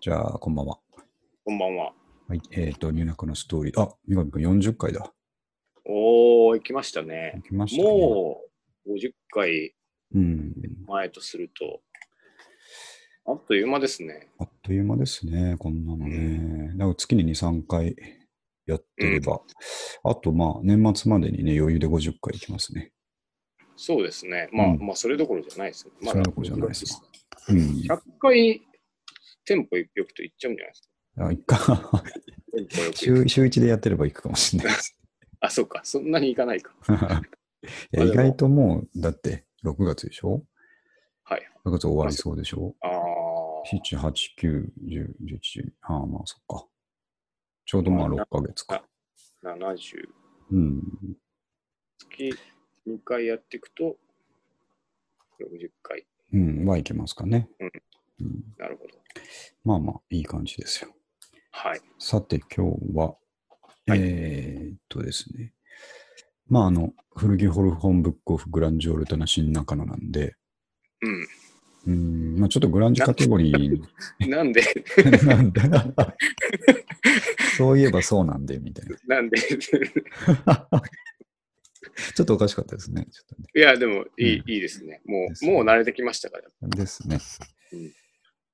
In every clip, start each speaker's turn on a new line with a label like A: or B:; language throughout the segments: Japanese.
A: じゃあ、こんばんは。
B: こんばんは。
A: はい。えっ、と、入学のストーリー。あ、三上くん40回だ。
B: おー、行きましたね。
A: 行きました、ね。
B: もう50回
A: う。うん。
B: 前とすると、あっという間ですね。
A: あっという間ですね。こんなのね。だから月に2、3回やってれば。あと、まあ、年末までにね、余裕で50回行きますね。
B: そうですね。まあ、
A: うん
B: まあ、それどころじゃないですね。ま
A: それどころじゃないですね
B: ね。
A: うん。
B: 100回、テンポよくと言っちゃうんじゃないですか。
A: あ、一回。
B: テンポよく行く。
A: 週、週1でやってれば行くかもしれ ないです。
B: あ、そうか。そんなにいかないか。
A: いや意外ともう、だって、6月でしょ
B: はい。
A: ?6 月終わりそうでしょ
B: あ
A: 7、
B: ー。
A: 8、9、10、11、ああ、まあそっか。ちょうどまあ
B: ま
A: 6
B: あ
A: ヶ月か。
B: 70。
A: うん。
B: 月2回やっていくと、60回。
A: うん、はいけますかね。
B: うん
A: うん
B: なるほど。
A: まあまあ、いい感じですよ。
B: はい。
A: さて、今日は、
B: はい
A: えーっとですね。まあ、あの、古着ホルホンブックオフグランジオルタナ新中野なんで、
B: うん。
A: うん、まあちょっとグランジカテゴリー
B: なんで、
A: なんで、そういえばそうなんで、みたいな。
B: なんで、
A: ちょっとおかしかったですね。ちょっとね
B: いや、でもいい、
A: うん
B: いいですね。も
A: です
B: う、
A: ね
B: もう慣れてきましたから。
A: ですね
B: うん。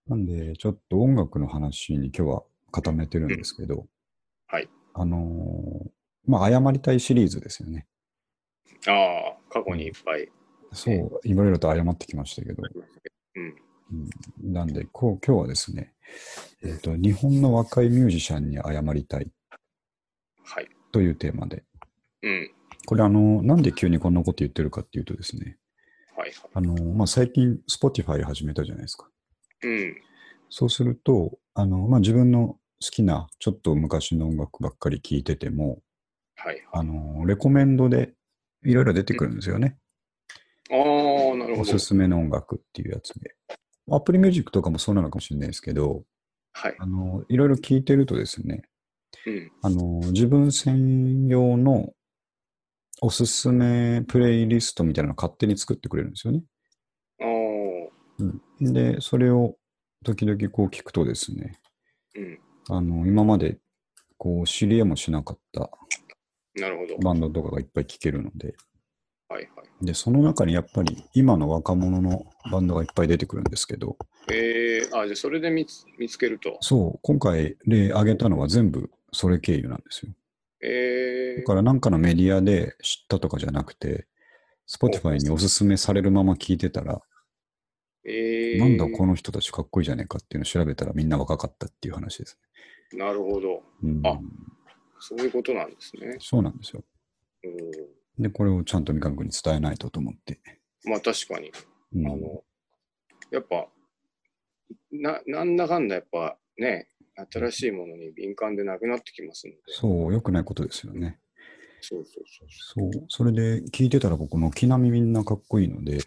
A: なんで、ちょっと音楽の話に今日は固めてるんですけど、
B: はい。
A: あのーまあ、謝りたいシリーズですよね。
B: ああ、過去にいっぱい
A: そ
B: え
A: う、いろいろと謝ってきましたけど
B: あ、りましたけど。うん。
A: なんで、こう今日はですね、えっと、日本の若いミュージシャンに謝りたい
B: はい。
A: というテーマで、
B: うん。
A: これ、あのーなんで急にこんなこと言ってるかっていうとですね、
B: はい。
A: あのーまあ、最近、Spotify 始めたじゃないですか。
B: うん。
A: そうすると、あのまあ、自分の好きな、ちょっと昔の音楽ばっかり聴いてても、
B: はい。
A: あの、レコメンドでいろいろ出てくるんですよね。
B: ああ、なるほ
A: お
B: ど
A: す。すめの音楽っていうやつで。アプリミュージックとかもそうなのかもしれないですけど、
B: はい。
A: あの、いろいろ聞いてるとですね、
B: うん。
A: あの、自分専用のおすすめプレイリストみたいなのを勝手に作ってくれるんですよね。
B: ああ、
A: うん、で、それを時々こう聞くとですね、
B: うん。
A: あの、今までこう知り合いもしなかった
B: なるほど。
A: バンドとかがいっぱい聴けるので、
B: はい。はい。
A: で、その中にやっぱり今の若者のバンドがいっぱい出てくるんですけど、
B: えー、あじゃあそれで見つ見つけると。
A: そう、今回例挙げたのは全部それ経由なんですよ。
B: え
A: だ
B: ー、
A: からなんかのメディアで知ったとかじゃなくて、Spotify におすすめされるまま聞いてたら、
B: えー、
A: なんだこの人たちかっこいいじゃねえかっていうのを調べたらみんな若かったっていう話です
B: なるほど。
A: ね。うん
B: あそういうことなんですね。
A: そうなんですよ。
B: うん、
A: で、これをちゃんと三上君に伝えないとと思って。
B: まあ確かに。
A: うん
B: あの、やっぱ、な、なんだかんだやっぱね、新しいものに敏感でなくなってきますので。
A: そう、良くないことですよね。
B: そうそうそう
A: そう、それで聞いてたら僕、軒並みみんなかっこいいので、
B: そ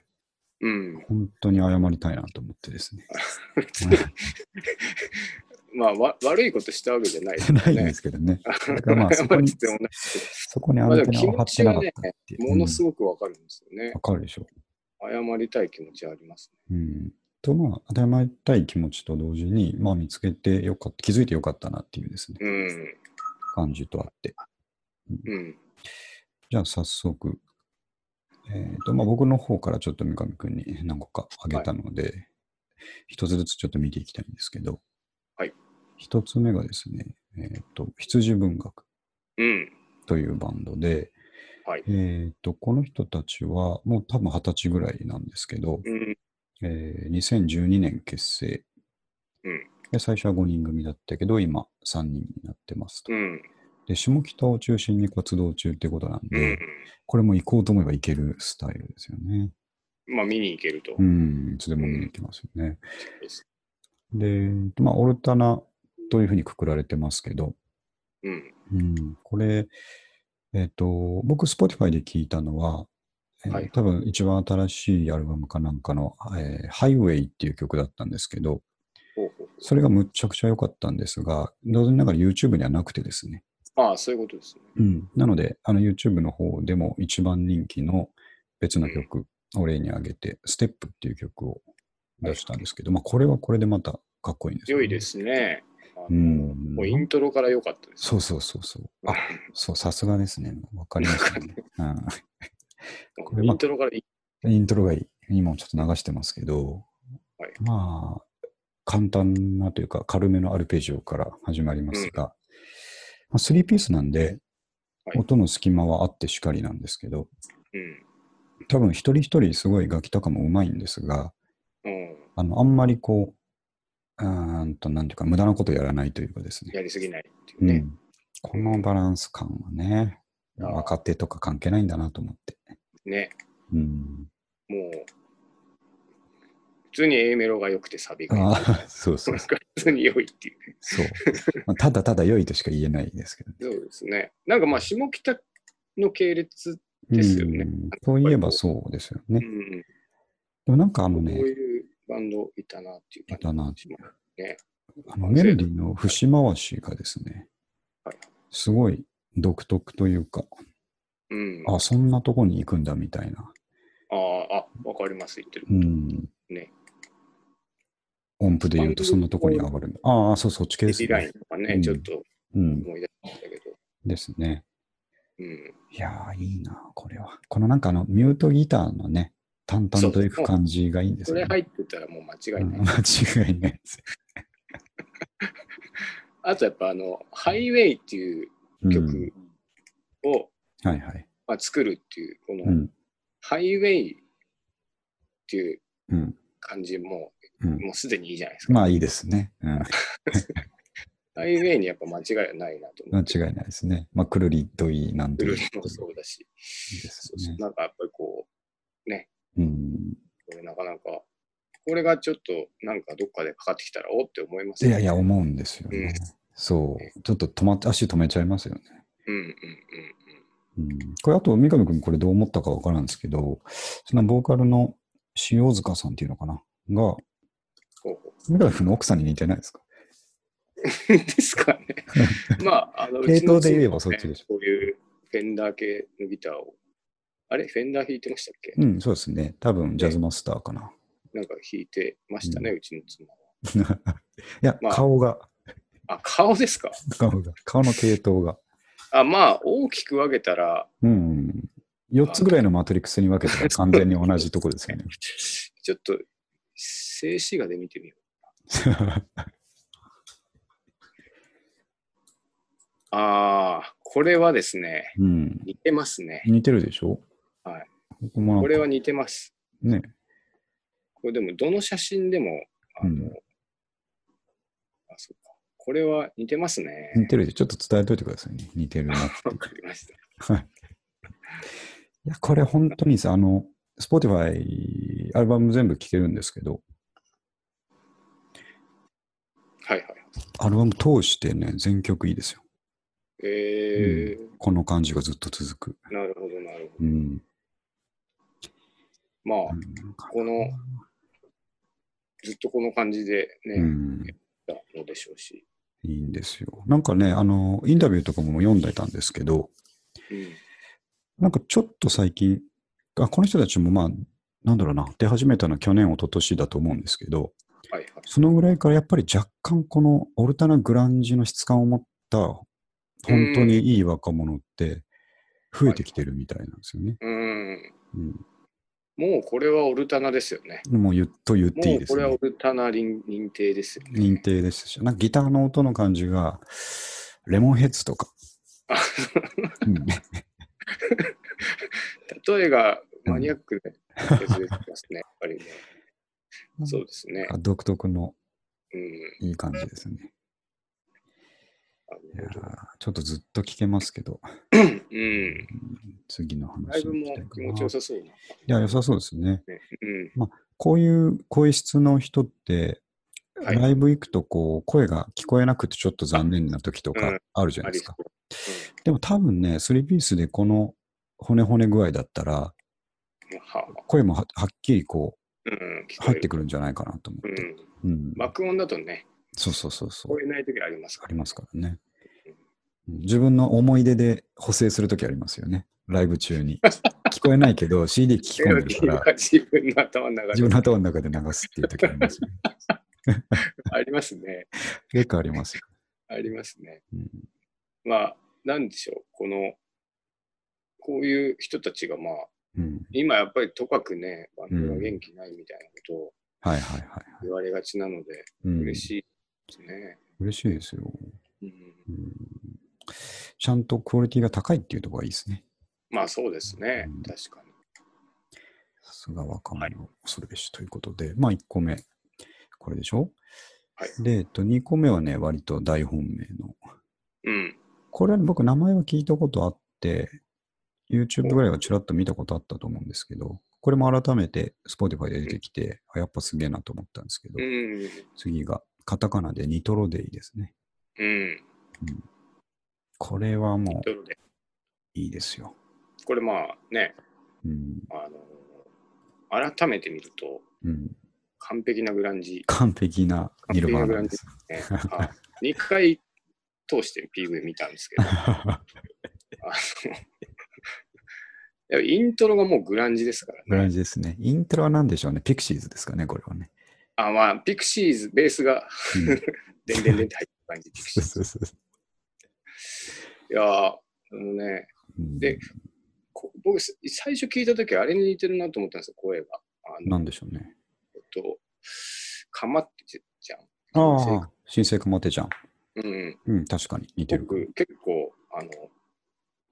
B: う。うん。
A: 本当に謝りたいなと思ってです ね。
B: まあわ、悪いことしたわけじゃないで す
A: ないん
B: ね
A: で。すけど ね。だからまあそ
B: 謝
A: こ
B: る
A: に、
B: 必要もない。
A: そこにアンテナを張ってなかったっていう。
B: ものす
A: ご
B: ごくわかるんですよね
A: わ。かるでしょ。
B: 謝りたい気持ちはあります
A: うん。と、まあ、謝りたい気持ちと同時に、まあ、見つけてよかった、気づいてよかったなっていうですね、
B: ね。うん。
A: 感じとあって。
B: うん。
A: じゃあ、早速、えっ、と、まあ、僕の方からちょっと三上くんに何個かあげたので、一、つずつちょっと見ていきたいんですけど、
B: はい。
A: 一つ目がですね、えっ、と、羊文学。
B: うん。
A: というバンドで、
B: はい
A: えー、とこの人たちはもう多分二十歳ぐらいなんですけど、
B: うん。
A: えー2012年結成、
B: うん
A: で最初は5人組だったけど今3人になってますと、
B: うん。
A: で下北を中心に活動中ってことなん
B: う
A: で、
B: ん。
A: これも行こうと思えば行けるスタイルですよね
B: まあ、見に行けると
A: う。んいつでも見に行きますよね、でまあオルタナというふうにくくられてますけど、
B: うん。
A: うん、これ、えっ、と、僕、Spotify で聞いたのは、えー
B: はい
A: 多分一番新しいアルバムかなんかの、えー、ハイウェイっていう曲だったんですけど、
B: ほうほう
A: それがむっちゃくちゃ良かったんですが、当然ながら YouTube にはなくてですね。
B: ほうああ、そういうことですね。
A: うん、なので、あの YouTube の方でも一番人気の別の曲を例に挙げて、ステップっていう曲を出したんですけど、まあこれはこれでまたかっこいいんですよ
B: 良いで。すね。あの
A: うん
B: もうイントロから良かったです。
A: そうそうそうそう。あ、そう、さすがですね。わかりました ね。これ
B: イ
A: まあ
B: ントロからいい。
A: うんイントロがいい今ちょっと流してますけど、
B: はい
A: まあ、簡単なというか、軽めのアルペジオから始まりますが、まあ、3ピースなんで、
B: はい
A: 音の隙間はあってしかりなんですけど、
B: うん。
A: 多分一人一人すごい楽器とかもうまいんですが、
B: うん、
A: あの、あんまりこう、うーんと、なんていうか、無駄なことやらないというかですね。
B: やりすぎないっていう
A: う
B: ね。
A: ん、このバランス感はね、
B: あー
A: 若手とか関係ないんだなと思って。
B: ね。
A: うん、
B: もう、普通に A メロが良くてサビが良
A: あ
B: い。
A: あ、そうそう
B: それから普通に良いっていう。
A: そう。まあ、ただただ良いとしか言えないですけどね。
B: そうですね。なんかまあ、下北の系列、ですよね
A: うんといえばそうですよ
B: う
A: ね。
B: ん、
A: でもなんかあ
B: こ
A: の
B: う
A: ね、
B: いうバンドいたなっていう感じ
A: いたな
B: しますね。
A: あのメロディーの節回しがですね
B: はい、
A: すごい独特というか、
B: うん。あ
A: あ、そんなとこに行くんだみたいな、
B: あー、あわかります、言ってる
A: う
B: こと。
A: ん
B: ね。
A: 音符で言うとそんなとこに上がるんだ。ああ、そう、そっち系です
B: リライ
A: ね
B: ン。とかね、
A: うん
B: ちょっと
A: うん、
B: 思い出したんだけど。
A: ですね。
B: うん。
A: いやー、いいな、これは。このなんかあの、ミュートギターのね、淡々といく感じがいいんです
B: そ
A: よね
B: れ。入ってたらもう間違いない。
A: うん間違いないです。
B: あとやっぱあの、ハイウェイっていう
A: うん
B: 曲を、
A: はいはい。
B: まあ、作るっていう、この、
A: うん。
B: ハイウェイっていう
A: うん。
B: 感じも、
A: うん
B: もうすでにいいじゃないですか。
A: まあいいですね。うん、
B: ハイウェイにやっぱ間違いはないなと思
A: 間
B: っ
A: 違
B: て。
A: いないですね。まあ、くるりといい、なん
B: ブ
A: とい
B: ル
A: い。
B: ーもそうだし、
A: いいです
B: そうそう
A: ね。
B: なんかやっぱりこ
A: うん。
B: う、これなかなか、これがちょっとなんかどっかでかかってきたらおって思います
A: い
B: ね。
A: やいや、思うんですよね。そう。ちょっと止まって、足止めちゃいますよね。
B: うんうんうん
A: うん、これ、あと、三上君、これどう思ったかわからんですけど、そのボーカルの塩塚さんっていうのかなが、
B: ほう ほ
A: 三上君の奥さんに似てないですか
B: う。ですか ね。まあ、あの、
A: 系統で言えば
B: うちの
A: そっちでしょ
B: そういうフェンダー系のギターを。あれフェンダー弾いてましたっけ
A: うん、そうですね。多分、ジャズマスターかな。
B: なんか弾いてましたね、うちの妻は。
A: いや、
B: まあ
A: 顔が、
B: あ、顔ですか
A: 顔が、顔の系統が。
B: あ、まあ、大きく分けたら、
A: うん。4つぐらいのマトリックスに分けたら完全に同じとこです よね。
B: ちょっと、静止画で見てみよう。ああ、これはですね、
A: うん。
B: 似てますね。
A: 似てるでしょ
B: はい。
A: ここもなんか
B: これは似てます。
A: ね。
B: これでも、どの写真でも、あの、
A: うん
B: あ、そうか。これは似てますね。
A: 似てるで、ちょっと伝えといてくださいね。似てるな。い
B: わかりました。
A: や、これ本当にさ、あの、Spotify、アルバム全部聴けるんですけど、
B: はいはい。
A: アルバム通してね、全曲いいですよ。
B: えー、
A: この感じがずっと続く。
B: なるほどなるほ
A: うん。
B: ど。まあ、この、ずっとこの感じでね、
A: うん。
B: だったのでしょうし。
A: いいんですよ。なんかね、あの、インタビューとかも読んでたんですけど、
B: うん。
A: なんかちょっと最近、あこの人たちもまあ、なんだろうな、出始めたのは去年、一昨年だと思うんですけど、
B: はいはい。
A: そのぐらいからやっぱり若干このオルタナ・グランジの質感を持った、本当にいい若者って増えてきてるみたいなんですよね。
B: うん。
A: うん
B: もうこれはオルタナですよね。
A: もう言っと言ってい
B: も
A: いうで
B: こ
A: す
B: れは
A: ね
B: オ。ルタナ認認定ですよね。
A: 認定ですし、なんかギターの音の感じが、レモンヘッズと か。
B: あ
A: うん
B: 例えがマニアックで削れてますね、やっぱりね。そうですね。
A: 独特の
B: うん。
A: いい感じですね。
B: あ
A: いや
B: の
A: ーちょっとずっと聞けますけど、
B: うん。
A: 次の話に行き
B: ライブも
A: たいか
B: 気
A: な
B: 持ちよさそうな。
A: いや、良さそうですね。
B: うん。
A: こういう声質の人って、
B: はい
A: ライブ行くとこう声が聞こえなくてちょっと残念な時と
B: う
A: か
B: ん
A: あるじゃな
B: あ
A: いで
B: り
A: す
B: そ
A: か。
B: う。
A: でも多分ね、3ピースでこの骨骨具合だったら、
B: うんは
A: 声もははっきりこ
B: うん、聞
A: う
B: こえ
A: 入ってくるんじゃないかなと思って。
B: うん。
A: うん、
B: 爆音だとね、
A: そうそうそうそ
B: 聞
A: う
B: こ。えない時ありますか
A: あ
B: ら
A: り。ますからね。自分の思い出で補正する時ありますよね。ライブ中 に。聞こえないけど CD 聞き込んでるから。
B: 自分の頭の中
A: 自
B: で
A: 分の頭の中で流すっていう時あります、ね。
B: ありますね。
A: よくありますよ。
B: ありますね。
A: うん
B: まあ、なんでしょう。この、こういう人たちが、まあ、
A: うん、
B: 今やっぱりとかくね、バンドが元気ないみたいなことを
A: はいはいはい。
B: 言われがちなので、
A: うん、
B: 嬉
A: い。
B: しいですね。
A: 嬉しいですよ、
B: うん、
A: うん。ちゃんとクオリティが高いっていうところがいいですね。
B: まあ、そうですね
A: うん。
B: 確かに。
A: さすが若者の恐るべしということで、まあ1個目、これでしょ
B: はい
A: で、えっと、2個目はね、割と大本命の。
B: うん。
A: これはね僕、名前は聞いたことあって、YouTube ぐらいはちらっと見たことあったと思うんですけど、これも改めて Spotify で出てきて、あやっぱすげえなと思ったんですけど、
B: うん。
A: 次がカタカナでニトロデイですね。
B: うん。
A: これはも
B: ということで、
A: ういいですよ。
B: これまあね、
A: うん。
B: あの、改めて見ると、
A: うん、
B: 完璧なグランジ、
A: 完璧なニルバーナです。
B: ね、2 回通して PV 見たんですけど、あの、やっぱイントロがもうグランジですから
A: グラン
B: ね。
A: ジですね。イントロは何でしょうね。ピクシーズですかね、これはね。
B: あ、まあ、ピクシーズ、ベースが、
A: うん
B: でんでんでんって入ってる感じ、ピクシ
A: そ
B: ー
A: う
B: ズ。
A: そうそう
B: いやー、あのね、
A: うん
B: でこ僕、す最初聞いたとき、あれに似てるなと思ったんですよ、声が。あの、
A: なんでしょうね。
B: えっと、かまってちゃん。
A: ああ、新生かまてちゃん。
B: うんうん。
A: うん、確かに似てる。
B: 僕、結構、あの、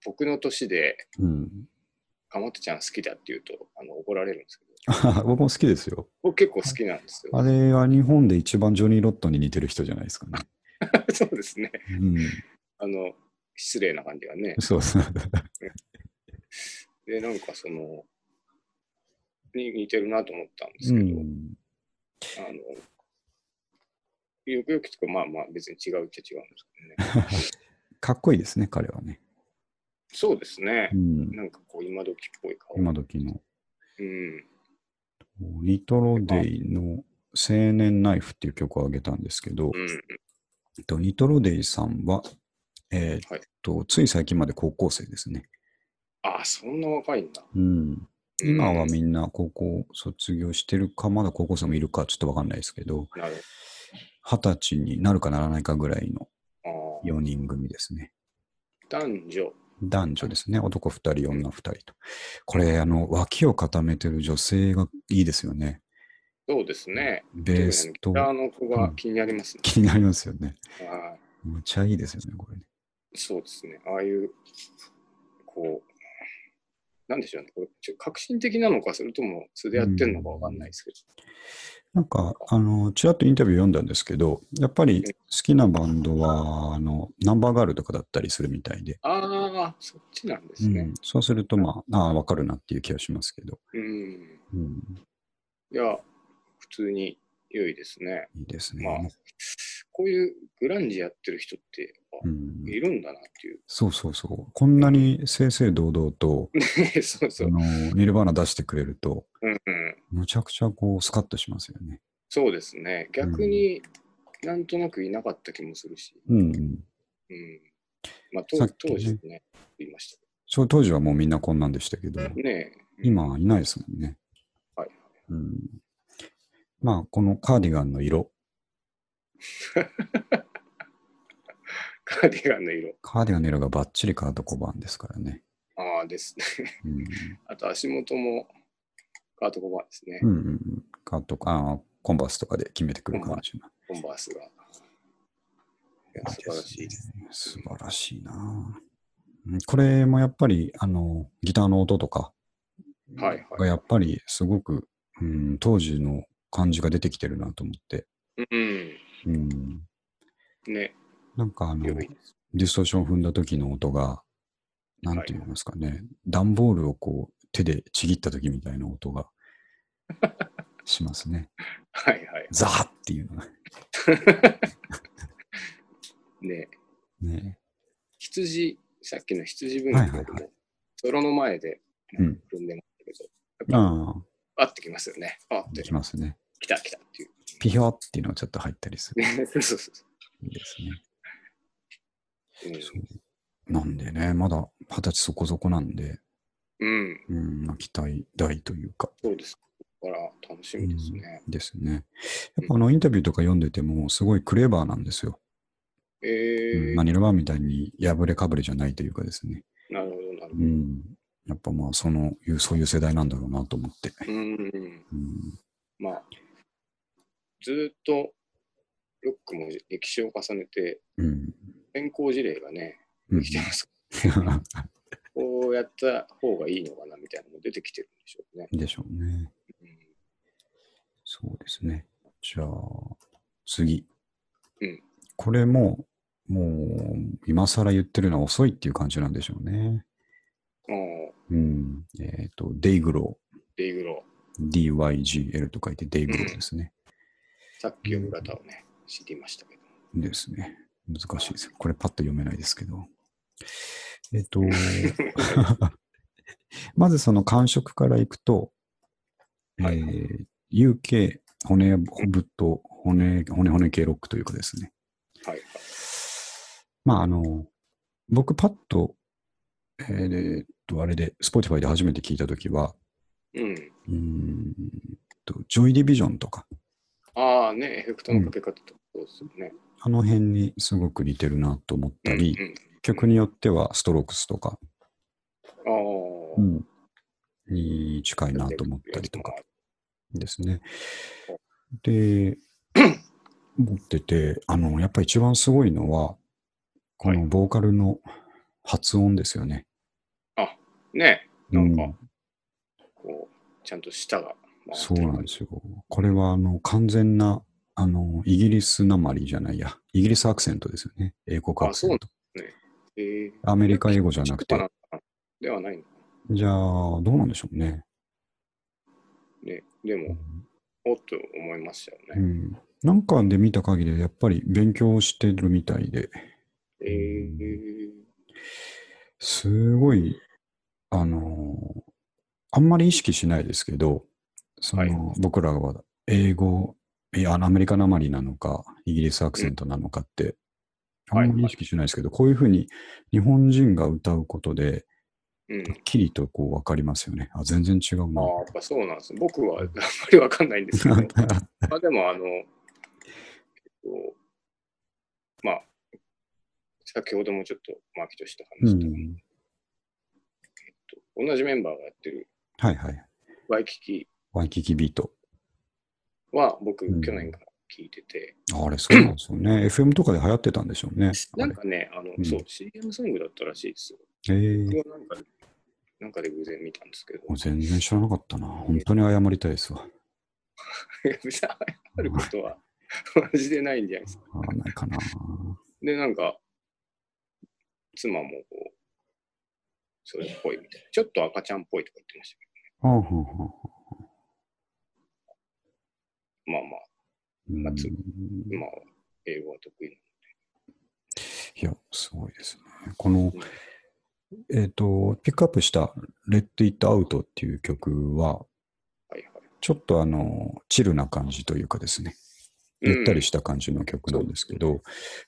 B: 僕の年で、
A: うん、
B: かまってちゃん好きだって言うと、あの怒られるんですけど、
A: 僕も好きですよ。
B: 僕結構好きなんです
A: あ
B: よ。
A: れは日本で一番ジョニー・ロットンに似てる人じゃないですかね。
B: そうですね。
A: うん、
B: あの、失礼な感じがね。
A: そうそう。
B: で、なんかその、に似てるなと思ったんです
A: う
B: けど、
A: ん、
B: あの、よくよく聞くと、まあまあ別に違うっちゃ違うんですけどね。
A: かっこいいですね、彼はね。
B: そうですね
A: う。ん、
B: なんかこう、今時っぽい顔。
A: 今時の。
B: うん。
A: ニトロデイの青年ナイフっていう曲をあげたんですけど、
B: うん。
A: えっとニトロデイさんは、えー
B: はい
A: っと、つい最近まで高校生ですね。
B: ああ、そんな若いんだ。
A: うん。今は
B: うん
A: みんな高校卒業してるか、まだ高校生もいるかちょっとわかんないですけど、
B: なる
A: 二十歳になるかならないかぐらいの
B: ほど。あ
A: 4人組ですね。
B: あ男女。
A: 男女ですね。男2人、女2人と。これ、あの、脇を固めてる女性がいいですよね。
B: そうですね。
A: ベースと
B: 特にあのギターの子が気になりますね。
A: 気になりますよね。
B: はい
A: むちゃいいですよね、これね。
B: そうですね。ああいう、こう、なんでしょうね。これちょ革新的なのか、それとも素でやってるのかわかんないですけ
A: なんか、あの、ちらっとインタビュー読んだんですけど、やっぱり好きなバンドは、あの、ナンバーガールとかだったりするみたいで、
B: ど。ああ、そっちなんで
A: う
B: すね
A: ん。、そうすると、まあ、ああ、わかるなっていう気はしますけど、
B: うん。
A: うん、
B: いや、普通に良いですね。
A: いいですね。
B: まあ、こういうグランジやってる人って、やっぱ
A: うん、
B: いるんだなっていう。
A: そうそうそう。こんなに正々堂々と、
B: そう
A: あ
B: そう。
A: の、ニルバーナ出してくれると、
B: うんうん、
A: むちゃくちゃこう、スカッとしますよね。
B: そうですね。逆になんとなくいなかった気もするし。
A: うん、うん。
B: うん。まあ、当
A: さっきね
B: 当時ね、言いまし
A: そう当時はもうみんなこんなんでしたけど、
B: た。ねえ。
A: 今はいないですもんね。
B: はい。
A: うん、まあ、このカーディガンの色、
B: カーディガンの色。
A: カーディガンの色がバッチリカード5番ですからね。
B: ああですね。
A: うん、
B: あと足元もカートコバーですね
A: う、ん、うん。カードあーコンバースとかで決めてくる感じの。
B: コンバースが。いや素晴らしいです。
A: 素晴らしいな。うんこれもやっぱり、あの、ギターの音とか
B: はいは
A: が
B: い。
A: やっぱりすごく、うん、当時の感じが出てきてるなと思って。
B: うん。
A: うん、
B: ね、
A: なんかあの、
B: 良いです。
A: ディストーションを踏んだ時の音が、なんて言いますかね、段ボールをこう手でちぎった時みたいな音がしますね。
B: はいはい。
A: ザーっていうのが。
B: ね、
A: ね、
B: 羊、さっきの羊文
A: はい
B: 学
A: はいはい
B: でも、ソロの前で、
A: う
B: なんんか踏んでましたけど、
A: ああ、
B: あってきますよね。あって
A: で、きますね。
B: 来た来たっていう。
A: ピヒョーっていうのがちょっと入ったりする
B: ね、 そうそうそ
A: んですね。
B: う。うん
A: そうなんでね、まだ二十歳そこそこなんで、
B: うん、
A: うん、まあ期待大というか、
B: そうです。から楽しみですね。
A: ですね。やっぱあのインタビューとか読んでても、すごいクレバーなんですよ。
B: え
A: うん
B: ー、
A: マニラバーみたいに破れかぶれじゃないというかですね。
B: なるほど、なるほ
A: う
B: ど。
A: ん、やっぱまあそのいう、そういう世代なんだろうなと思って。
B: うんうんうん、
A: うん、
B: まあ、ずーっとロックも歴史を重ねて、
A: うん、
B: 先行事例がね、
A: う
B: で
A: ん
B: きてます。こうやった方がいいのかなみたいなのも出てきてるんでしょうね。
A: でしょうね。そうですね。じゃあ、次。
B: うん
A: これも、もう、今更言ってるのは遅いっていう感じなんでしょうね。
B: うん、ああ、
A: うん。えっ、と、デイグロ
B: デイグロ
A: ー。DYGL と書いてデイグローですね。
B: ー、さっきの村田をね、知りましたけど。
A: ですね。難しいです。これパッと読めないですけど。えっ、 と、まずその感触からいくと、え
B: はい
A: ー UK 骨ぶっと骨骨骨系ロックというかですね。
B: はいはい。
A: まあ、あの、僕、パッと、えーえーっと、あれで、Spotify で初めて聞いたときは、
B: うん。
A: うーんと、ジョイ・ディビジョンとか、
B: ああ、ね、エフェクトのかけ方とかそうですよね。
A: あの辺にすごく似てるなと思ったり、
B: うん
A: 曲によってはストロークスとか、
B: うん、ああ、
A: に近いなと思ったりとか。ですね。で、持ってて、あの、やっぱ一番すごいのは、こ
B: は
A: のボーカルの発音ですよね。
B: ね、なんか
A: う
B: こう、ちゃんと舌が回っ
A: そ
B: て
A: う
B: る
A: なんですよ。これはあの完全なあのイギリスなまりじゃないや、イギリスアクセントですよね。英国アクセント。
B: えー
A: アメリカ英語じゃなくて。
B: 聞くかなではないのか
A: じゃあ、どうなんでしょうね。
B: な。ね、でも、おっと思いました
A: う
B: よね。
A: ん、なんかで見た限りで、やっぱり勉強してるみたいで、
B: えー、
A: すごい、あのあんまり意識しないですけど、その、
B: はい
A: 僕らは英語、いや、アメリカなまりなのか、イギリスアクセントなのかって、
B: うん
A: あんまり意識しないですけど、こういうふうに日本人が歌うことで、
B: うん。
A: はっきりとこう分かりますよね。あ、全然違う
B: あ
A: な
B: あ、。やっぱそうなんです。僕はあんまりわかんない んですけど、まあでも、あの、えっと、まあ、先ほどもちょっとマーキとした
A: う
B: 話した、
A: ん、
B: 同じメンバーがやってる
A: はいはい。
B: ワイキキ
A: ワイキキビート。
B: は僕、
A: うん
B: 去年から聞いてて、
A: あれ、そうなんですよ ね。FM とかで流行ってたんでしょうね。あ
B: なん
A: れ
B: かね、あの、
A: うん
B: そう、CM ソングだったらしいですよ。
A: えー
B: 僕はなんか、なんかで偶然見たんですけど
A: もう、 全然知らなかったな。本当に謝りたいですわ。
B: 別にあることは マジでないんじゃないですか。
A: あないかな。
B: で、なんか、妻もこう、それっぽいみたいな。ちょっと赤ちゃんっぽいとか言ってましたけ
A: はあはあはあ
B: ど、まあまあ、
A: うん
B: まあつ
A: い
B: 今は英語は得意
A: や、すごいですね。この、えっ、と、ピックアップした、Let It Out っていう曲は、
B: な。はいはい。
A: ちょっとあの、チルな感じというかですね、
B: うん
A: ゆったりした感じの曲なんですけど、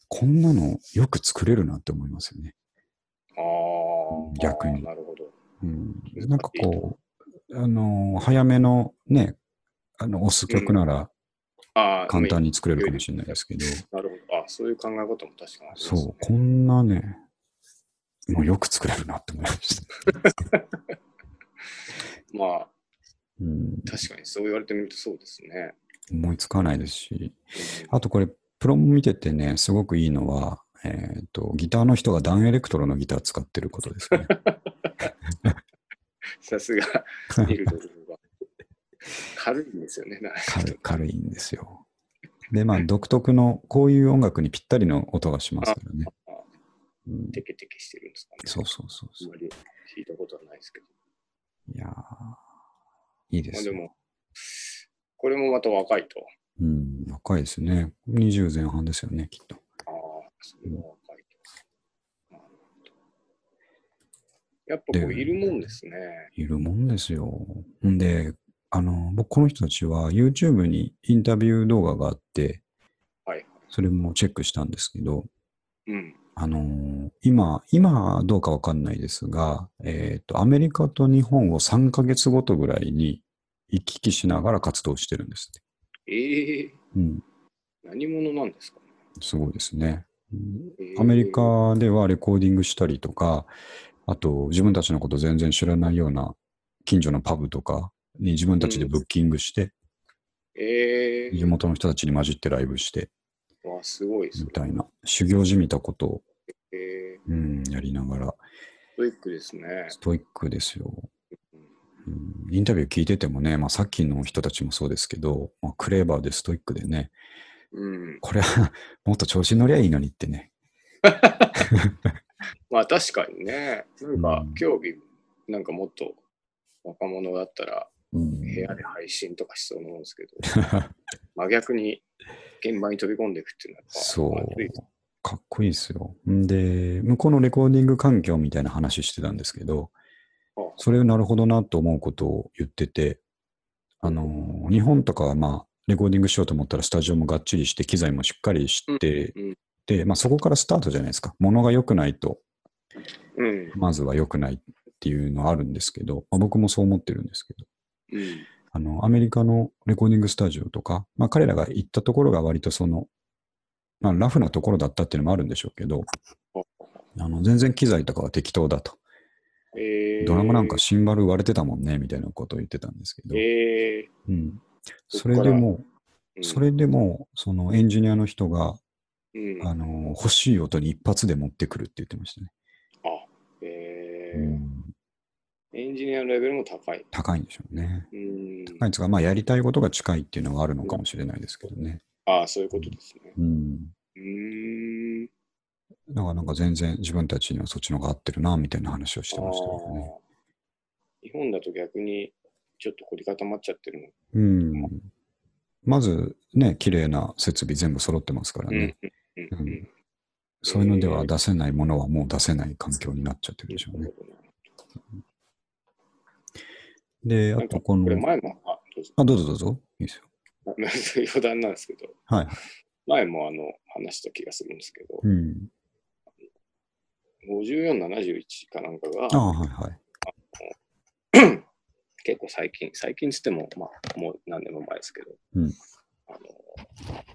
A: こんなのよく作れるなって思いますよね。
B: ああ、
A: 逆に
B: なるほど。
A: うん、なんかこう、あの、早めのね、あの、押す曲なら
B: ああ、
A: 簡単
B: に。
A: に作れるかもしれないですけど、
B: なるほど。あそういう考え方も確かにあります、ね。
A: そう、こんなね、もうよく作れるなって思いました。
B: まあ、
A: うん
B: 確かにそう言われてみるとそうですね。
A: 思いつかないですし、
B: うん
A: あとこれ、プロも見ててね、すごくいいのは、えっとギターの人がダンエレクトロのギター使ってることです ね。
B: さすが、見るところが。軽いんですよね、なんか
A: 軽い軽いんですよ。で、まあ、独特の、こういう音楽にぴったりの音がしますからね。うん
B: テケテケしてるんですかね。
A: そうそうそう
B: あん
A: そ
B: まり聞いたことはないですけど。
A: う。いやーいいで
B: まあ
A: す
B: で
A: よ。
B: も、これもまた若いと。
A: うん、若いですね。20前半ですよね、きっと。
B: ああ、それも若いと。なるほどやっぱこう
A: で
B: いるもんですね。
A: いるもんですよ。んで、あの、僕、この人たちは YouTube にインタビュー動画があって、
B: はい。
A: それもチェックしたんですけど、
B: うん。
A: あのー今、今どうかわかんないですが、えっ、と、アメリカと日本を3ヶ月ごとぐらいに行き来しながら活動してるんですっ
B: ええ
A: て。うん、
B: 何者なんですか
A: すごいですね。
B: ええ
A: アメリカではレコーディングしたりとか、あと自分たちのこと全然知らないような近所のパブとかに自分たちでブッキングして、
B: ええ
A: 地元の人たちに混じってライブして
B: わあ、すごいです
A: み
B: ね。
A: たいな、修行じみたことを、
B: ええ
A: うん、やりながら、
B: ストイックですね。
A: ストイックですよ。うんインタビュー聞いててもね、まあ、さっきの人たちもそうですけど、まあ、クレーバーでストイックでね、
B: うん。
A: これは もっと調子に乗りゃいいのにってね。
B: まあ確かにね、なん
A: う
B: か
A: ん
B: 競技、なんかもっと若者だったら
A: うん
B: 部屋で配信とかしそうなもんで すけど、真逆に現場に飛び込んでいくっていうのは、
A: そ。
B: まあ熱いう
A: かっこいいですよ。んで、向こうのレコーディング環境みたいな話してたんですけど
B: あ、
A: それをなるほどなと思うことを言ってて、あの、日本とかはまあ、レコーディングしようと思ったらスタジオもがっちりして、機材もしっかりして、
B: うんうん
A: で、まあそこからスタートじゃないですか。物が良くないと、
B: うん。
A: まずは良くないっていうのはあるんですけど、まあ、僕もそう思ってるんですけど、
B: うん。
A: あの、アメリカのレコーディングスタジオとか、まあ彼らが行ったところが割とその、まあラフなところだったっていうのもあるんでしょうけど、あの、全然機材とかは適当だと。
B: えー
A: ドラムなんかシンバル割れてたもんね、みたいなことを言ってたんですけど、
B: え
A: うん。
B: そっ
A: そ
B: から
A: れでも、
B: ー
A: そ、れでも、そのエンジニアの人が、
B: うんうん
A: あの、欲しい音に一発で持ってくるって言ってましたね。
B: え
A: う
B: ー
A: ん
B: エンジニアのレベルも高い。
A: 高いんでしょうね。
B: うん。
A: 高いんですが、まあ、やりたいことが近いっていうのがあるのかもしれないですけどね。
B: ああ、そういうことですね。
A: うん。
B: うーん。
A: だからなんか全然自分たちにはそっちの方が合ってるな、みたいな話をしてましたけどね。
B: あー日本だと逆にちょっと凝り固まっちゃってるの。
A: うん。まず、ね、綺麗な設備全部揃ってますから
B: う
A: ね。
B: んうんうん
A: うんそういうのでは出せないものはもう出せない環境になっちゃってるでしょうね。で、あ
B: なん
A: と
B: か
A: この
B: これ、前も、あ、どうぞ。
A: あ、どうぞどうぞ。いいですよ。
B: あ余談なんですけど、
A: はい。
B: 前もあの話した気がするんですけど、
A: うん。
B: 54、71かなんか
A: あ
B: が
A: あ、はいはい。
B: 結構最近、最近つっても、まあ、もう何年も前ですけど、
A: うん
B: あの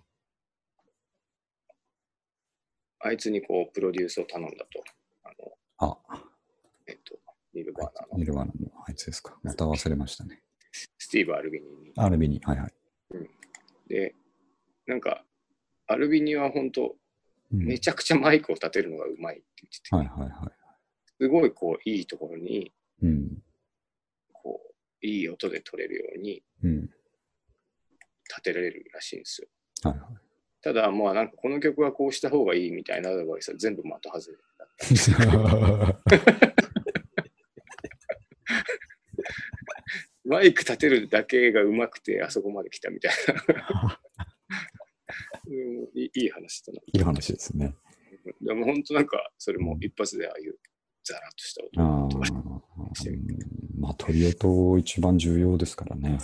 B: あいつにこうプロデュースを頼んだと、あの
A: あ、
B: えっと、ニルバーナの
A: ニルワナのあいつですか。また忘れましたね。
B: スティーブ・アルビニに。
A: アルビニ、はいはい。
B: で、なんか、アルビニは本当、
A: うん
B: めちゃくちゃマイクを立てるのがうまいって言
A: は
B: っ
A: い
B: てて、
A: はいは
B: すごいこう、いいところに、
A: い。うん。
B: こう、いい音で取れるように
A: うん。
B: 立てられるらしいんですよ。
A: はいはい。
B: ただ、まあなんかこの曲はこうした方がいいみたいなアドバイスは全部的外れだった。マイク立てるだけがうまくてあそこまで来たみたいな。うんいいいい話だな。
A: いい話ですね。
B: でも本当なんかそれも一発でああいうザラッとした音
A: ああ
B: め
A: うんまあ、鳥音一番重要ですからね。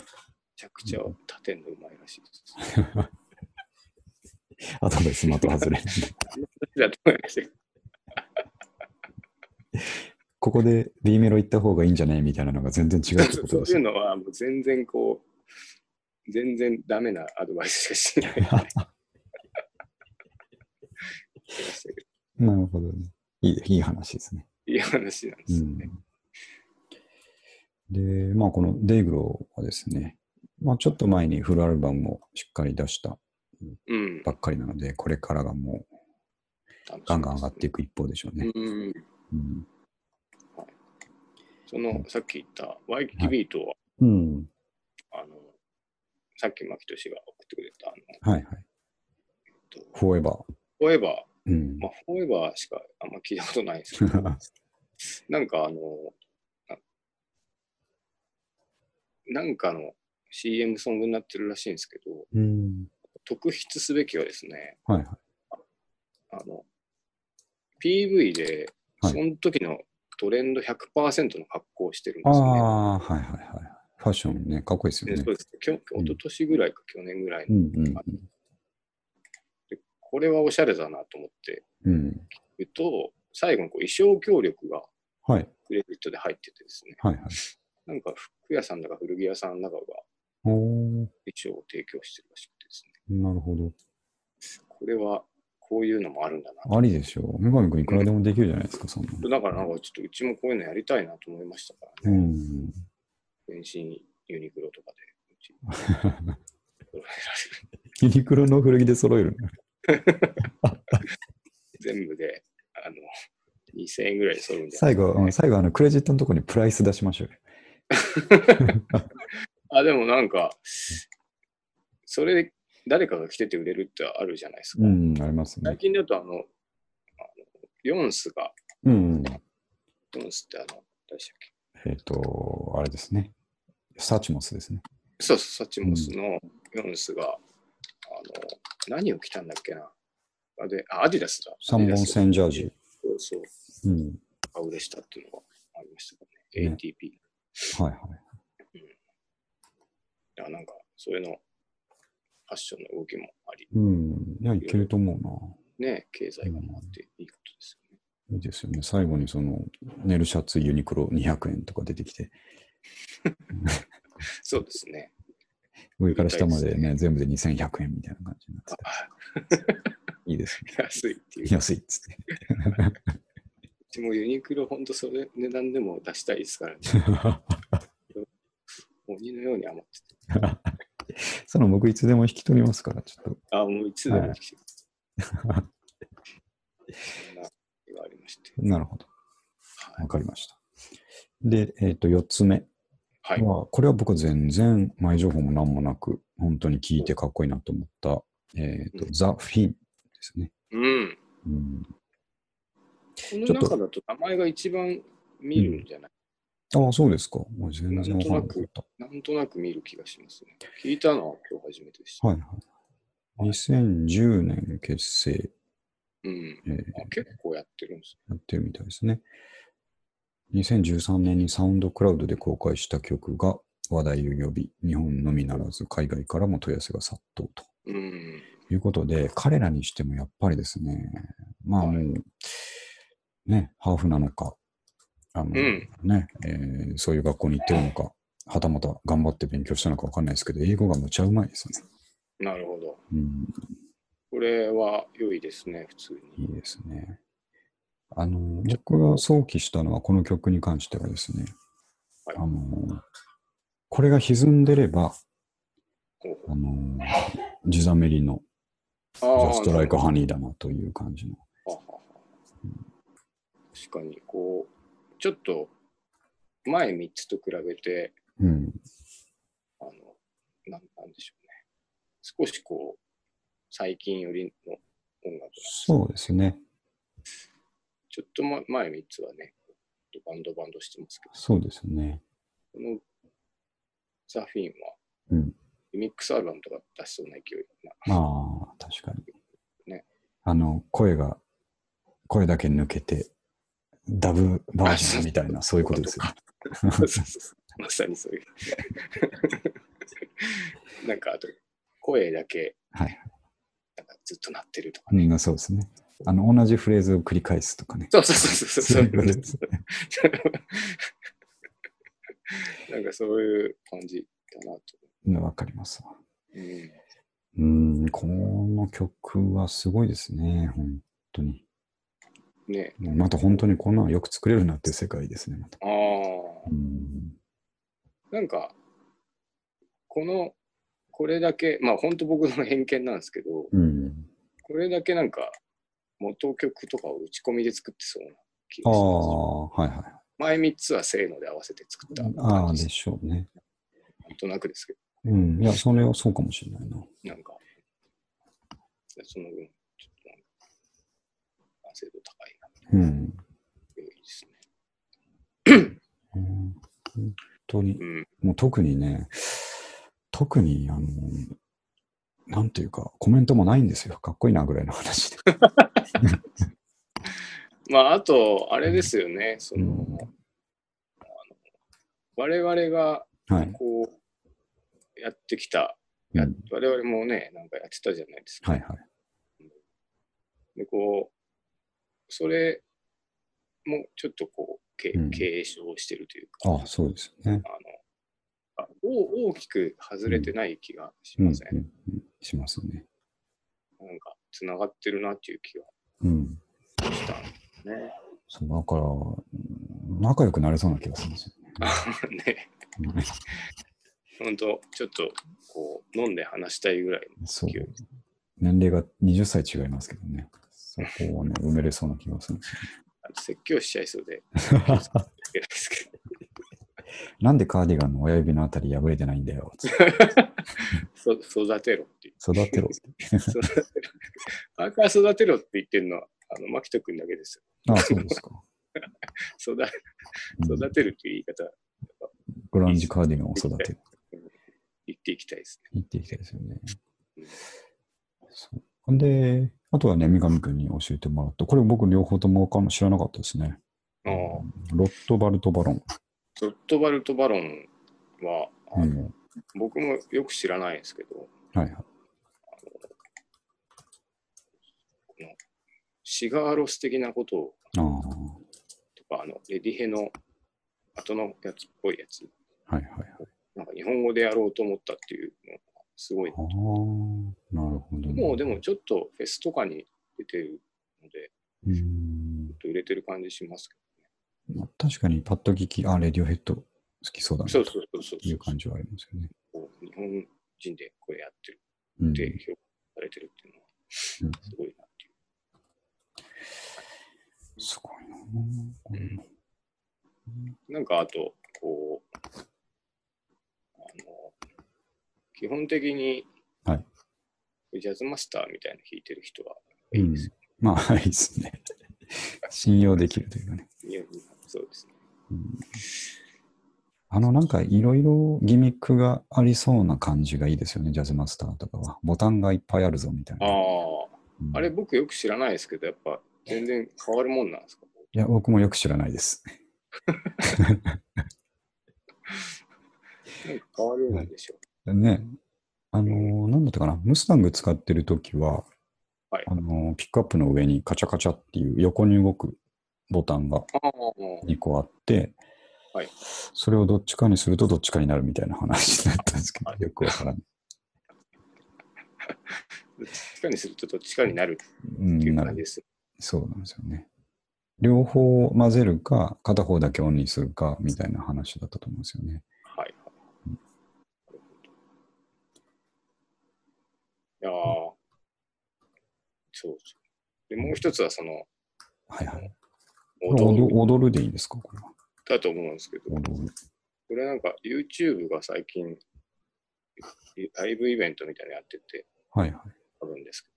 B: ちゃくちゃ立てるのうまいらしい です。
A: あとでスマート外 れ。
B: だと思いましたけど
A: ここで B メロ行った方がいいんじゃないみたいなのが全然違うってこと
B: そう
A: で
B: い
A: す
B: う
A: ね。
B: のはもう全然こう、全然ダメなアドバイスしかしない
A: なるほどね。いい、いい話ですね。
B: いい話なんで
A: う
B: すよ
A: ん
B: ね。。
A: で、まあ、このデイグローはですね、まあ、ちょっと前にフルアルバムをしっかり出した
B: うん。
A: ばっかりなので、これからがもうガンガン上がっていく一方でしょうね。
B: うん。
A: うん。
B: そのさっき言ったワイキキビートは、
A: うん。
B: あのさっき牧俊が送ってくれた、あの
A: はいはい。
B: えっと
A: フォーエバー。
B: フォーエバー、
A: うん。
B: まあ、フォーエバーしかあんま聞いたことないんですけ ど、なんかあの、ななんかの CM ソングになってるらしいんですけど、
A: うん。
B: 特筆すべきはですね、
A: はいはい。
B: あの PV で、
A: はい
B: その時のトレンド100%の格好をしてるん
A: あ
B: ですよね。
A: あ、はいはいはい。ファッションね、かっこいいですよ
B: で
A: ね
B: そう。ですきょ一昨年ぐらいか去年ぐらいの
A: うんうん
B: これはおしゃれだなと思って
A: うん。うん。
B: ると、最後にこう衣装協力が
A: はい
B: クレジットで入っててですね、
A: はいはい。
B: なんか服屋さんだか古着屋さんだかが
A: おー
B: 一応提供してるらしくてですね。
A: なるほど。
B: これは、こういうのもあるんだな
A: ありですよ。三上くんいくらでもできるじゃないですか、そんな
B: と。だからなんかちょっとうちもこういうのやりたいなと思いましたから
A: う
B: ね。
A: ん。
B: 全身ユニクロとかで。うち
A: ユニクロの古着で揃える。
B: 全部で、あの、2000円ぐらいで揃うんじゃな
A: 最
B: い
A: 後、うん最後、あの、クレジットのとこにプライス出しましょうよ。
B: あ、でもなんか、それで誰かが着てて売れるってあるじゃないですか。
A: うん、あります
B: 最
A: ね。
B: 近だとあの、あのヨンスが、
A: うん。
B: ヨンスってあの、誰でしたっけ
A: えっ、と、あれですね。サーチモスですね。
B: そうそう、サチモスのヨンスが、あの、何を着たんだっけな。あで、あアディダスだ。
A: 三本線ジャージ。
B: そうそう、
A: うん。
B: あ、売れしたっていうのがありましたかね。
A: ね
B: ATP。
A: はいはい。
B: あなんか、そういうの、ファッションの動きもあり、
A: うん。いや、いけると思う
B: ね、経済が回っていいことですよね。
A: な。いいですよね。最後にその、ネルシャツユニクロ200円とか出てきて、
B: そうですね。
A: 上から下まで
B: 見たい
A: ね、全部で2100円みたいな感じになってた。
B: あ
A: いいですね。
B: 安いっていう。う
A: 安いっつって。
B: ちもユニクロ、ほんとそれ値段でも出したいですからね。鬼のように余ってて。
A: その僕いつでも引き取りますから、ちょっ
B: あ、もういつでも来てく
A: は
B: だ
A: い
B: さい。そんな言われまして。
A: と。なるほど。わかりました。で、えっ、と、4つ目。
B: はい。
A: まあ、これは僕は全然前情報も何もなく、本当に聞いてかっこいいなと思った、えっ、と、
B: うん
A: ザ・フィンですね。
B: うん。
A: うん、
B: この中だと名前が一番見るんじゃない、
A: ああ、そうですか。もう全然わかんなかった。
B: なんとなく見る気がしますね。聞いたのは今日初めてでした。
A: はいはい。2010年結成、
B: うん。
A: えー
B: あ結構やってるんです
A: やってるみたいですね。2013年にサウンドクラウドで公開した曲が話題を呼び、日本のみならず海外からも問い合わせが殺到と。
B: ね。うん。
A: ということで、彼らにしてもやっぱりですね、まあもう、ね、ハーフなのか、あの、
B: ん
A: ね、えーそういう学校に行ってるのか、はたまた頑張って勉強したのかわかんないですけど、英語がむちゃうまいですね。
B: なるほど。
A: うん、
B: これは良いですね、普通
A: い
B: に。
A: いですね。あの、僕が想起したのは、この曲に関してはですね、
B: はい
A: あの、これが歪んでれば、
B: ほう
A: あの、地ザメリの、
B: あ
A: ジ
B: ー
A: ャストライクハニーだなという感じの。
B: あはは確かに、こう、ちょっと前3つと比べて、
A: うん。
B: あの、なんなんでしょうね。少しこう、最近よりの音楽なんです
A: そうですね。
B: ちょっと、ま、前3つはね、バンドバンドしてますけ
A: そうですね。
B: ど、このザ・フィンは、
A: うん
B: リミックスアルバムとか出しそうな勢いな。
A: ああ、確かに。
B: ね
A: あの、声が、声だけ抜けて、ダブバージョンみたいな、そういうことですよね。
B: そう そうそうまさにそういう。なんかあと、声だけ、
A: はい。
B: なんかずっと鳴ってるとか
A: う
B: ね。
A: ん、そうですね。あの、同じフレーズを繰り返すとかね。
B: そうそうそうそう。
A: そういうことです
B: なんかそういう感じだなと。
A: うんわかりますわ。
B: うん、
A: うん、この曲はすごいですね、本当に。
B: ね
A: また本当にこんなのよく作れるなっていう世界ですね、また。
B: ああ。
A: うん、
B: なんか、この、これだけ、まあ本当僕の偏見なんですけど、
A: うん、
B: これだけなんか、元曲とかを打ち込みで作ってそうな気
A: あ
B: がします。
A: あ、はいはい。
B: 前3つはせーので合わせて作った
A: ああ、
B: 感
A: で
B: じです。
A: しょうね。
B: なんとなくですけど。
A: うん、いや、それはそうかもしれないな。
B: なんか、その分、ちょっとなんか、完成度高いな、
A: うん。
B: 良いですね。
A: うん本当に
B: う、ん。
A: もう特にね、特に、あの、なんていうか、コメントもないんですよ。かっこいいなぐらいの話で。
B: まあ、あと、あれですよね、その、
A: う
B: 我々が、
A: ん、はい。
B: こう、やってきた、
A: うん
B: や我々もね、なんかやってたじゃないですか。
A: はいはい。
B: で、こう、それも、ちょっとこう、け
A: うん
B: 継承してるというか、
A: ああ、そうですよね。
B: あのあ、お大きく外れてない気がし
A: うんう
B: ま
A: ん
B: せん。
A: うんしますね。
B: なんか、つながってるなっていう気が
A: うん。
B: したんですね。
A: そうだから、うん仲良くなれそうな気がするんですよ
B: ね、
A: ね。
B: 本当ちょっと、こう、飲んで話したいぐらい
A: そう
B: 急に。
A: 年齢が20歳違いますけどね。そこをね、埋めれそうな気がするんですよ
B: あの説教しちゃいそ うで、いけないですけど。
A: なんでカーディガンの親指のあたり破れてないんだよ。つって
B: そ育てろっていう。
A: 育てろ。
B: 育てろあれから育てろって言ってるのは、あの、牧人君だけです
A: ああ、そうですか。
B: よ。育
A: うん
B: 育てるっていう言い方、
A: グランジカーディガンを育てる。
B: 言っていきたいですね。
A: 言っていきたいですよね。そうで、あとはね、三上君に教えてもらった。これ僕両方ともわかん知らなかったですね。
B: ああ、
A: ロットバルトバロン。
B: ロットバルト・バロンは、あ
A: う
B: の
A: ん
B: 僕もよく知らないですけど、
A: はいはい。
B: シガーロス的なことを
A: ああ、
B: とか、あの、レディヘの後のやつっぽいやつ、
A: はいはいはい。
B: なんか日本語でやろうと思ったっていうのがすごい
A: あ。あ、なるほど、ね。
B: もうでも、ちょっとフェスとかに出てるので、
A: うん
B: ちょっと売れてる感じしますけ
A: まあ、確かにパッと聞き、あ、レディオヘッド好きそうだ
B: ど。
A: な
B: そ
A: と
B: うそうそうそう
A: いう感じはありますよね。
B: こう日本人でこれやってる
A: うん
B: って評価されてるっていうのは
A: うん
B: すごいなっていう。
A: すごいなこれも。
B: なんかあと、こう、あの、基本的に、
A: はい
B: ジャズマスターみたいなの弾いてる人はいいですよ、
A: まあ、 はいですね。信用できるというかね。
B: いやそうですね。
A: うんあの、なんかいろいろギミックがありそうな感じがいいですよね、ジャズマスターとかは。ボタンがいっぱいあるぞみたい
B: あ
A: な。
B: あ、
A: うん
B: あれ僕よく知らないですけど、やっぱ全然変わるもんなんですか
A: いや、僕もよく知らないです。
B: なんか変わるんでしょ
A: ね、あのーなんだったかな、ムスタング使ってるときは、
B: はい
A: あのーピックアップの上にカチャカチャっていう横に動くボタンが
B: う。ああ、
A: 2個あって、
B: はい
A: それをどっちかにするとどっちかになるみたいな話だったんですけど、
B: は
A: よくわから ない。
B: どっちかにするとどっちかになる
A: う
B: って
A: ん、
B: いう
A: な
B: 感じ
A: る
B: です。
A: そうなんですよね。両方混ぜるか、片方だけオンにするかみたいな話だったと思うんですよね。
B: はいはい。なるほどいやーそうそう。で、もう一つはその、
A: はいはい。
B: 踊る
A: 踊踊るでいいですか、これは。
B: だと思うんですけど、こ
A: 踊る。
B: れなんか YouTube が最近、いライブイベントみたいなのやってて、
A: はいはい。
B: あるんですけど、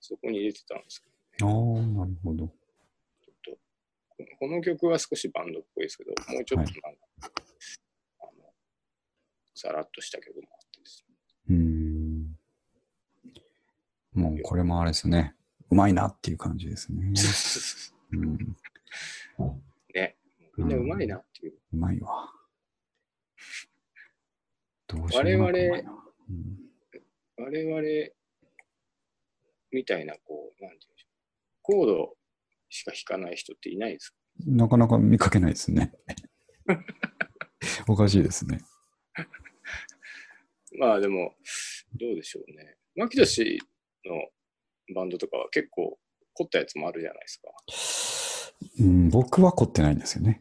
B: そこに入れてたんですけ
A: ああ、なるほど。
B: ど、この曲は少しバンドっぽいですけど、もうちょっとなんか、あの、さらっとした曲もあってですね
A: うーんもうこれもあれですね。うまいなっていう感じですね。うん、
B: ね、みん なうまいなっていう。
A: うまいわ。どうう
B: 我々
A: うまいなうん
B: 我々みたいな、こう、なんていうんでしょう。コードしか弾かない人っていないですか
A: なかなか見かけないですね。 おかしいですね。
B: まあでも、どうでしょうね。牧田氏のバンドとかは結構凝ったやつもあるじゃないですか。
A: うん、僕は凝ってないんですよね。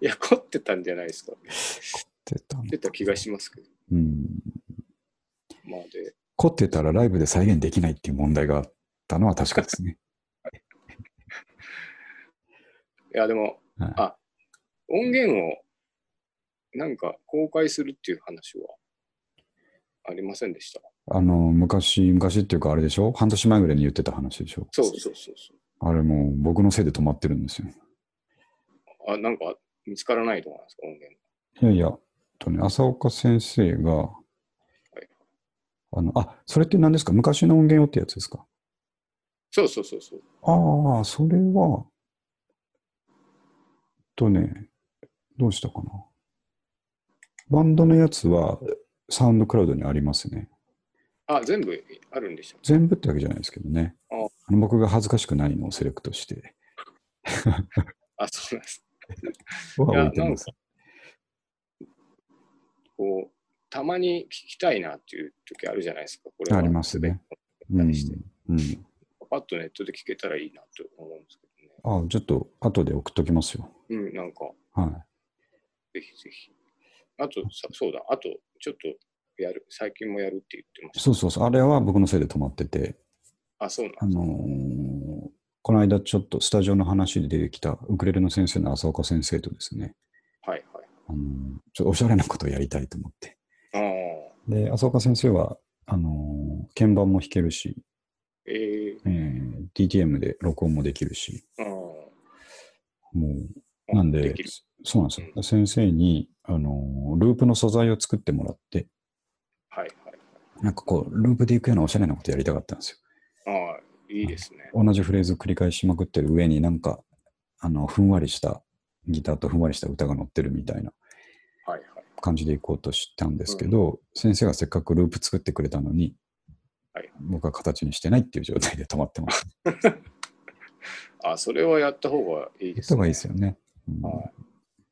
B: いや、凝ってたんじゃないですか。凝
A: 凝ってたの
B: ってた気がしますけど。
A: うん、
B: まあで、
A: 凝ってたらライブで再現できないっていう問題があったのは確かですね。
B: いやでも、
A: はい
B: あ、音源をなんか公開するっていう話はありませんでした。
A: あの昔、昔っていうかあれでしょ半年前ぐらいに言ってた話でしょ
B: そうそうそうそ
A: あれもう僕のせいで止まってるんですよ。
B: う。あ、なんか見つからないと思いますか、音源。
A: いやいや、とね、浅岡先生が、
B: い
A: あの、あ、それって何ですか昔の音源をってやつですか
B: そうそうそうそう。
A: ああ、それは、とね、どうしたかな。バンドのやつは、サウンドクラウドにありますね。
B: あ、全部あるんでした。
A: 全部ってわけじゃないですけどね。
B: あ
A: あの僕が恥ずかしくないのをセレクトして
B: あ、そうなんです。
A: は置
B: や
A: いてます。
B: こう、たまに聞きたいなっていう時あるじゃないですか。これ
A: ありますね。
B: う
A: うんん。
B: なりして
A: うん。
B: パッとネットで聞けたらいいなと思うんですけ
A: あ、ちょっと後で送っときますよ。
B: どね。うん、なんか、
A: は
B: ぜひぜひ。あと、さそうだ、あと、ちょっとやる、最近もやるって言ってま
A: い。
B: した。
A: そうそうそう。あれは僕のせいで止まってて、
B: あ、そうな
A: あ
B: んです
A: のーこの間ちょっとスタジオの話で出てきたウクレレの先生の浅岡先生とですね、
B: はいはい。
A: あのーちょっとおしゃれなことをやりたいと思って。
B: ああ、
A: で、浅岡先生は、あのー鍵盤も弾けるし、
B: ええ
A: えー DTM で録音もできるし、
B: あ
A: も
B: あ。
A: う、なん
B: で
A: で
B: きる、
A: そうなんですよ。先生に、あのーループの素材を作ってもらって、
B: はいはい。
A: なんかこう、ループでいくようなおしゃれなことやりたかったんですよ。
B: ああ、いいですね。
A: 同じフレーズ繰り返しまくってる上になんか、あの、ふんわりした、ギターとふんわりした歌が乗ってるみたいな
B: はいはい。
A: 感じでいこうとしたんですけど、先生がせっかくループ作ってくれたのに、
B: はい
A: 僕は形にしてないっていう状態で止まってます。
B: あそれはやった方がいい
A: 言
B: で
A: っ
B: す
A: た
B: ね。
A: 方がいいですよね。うん
B: はい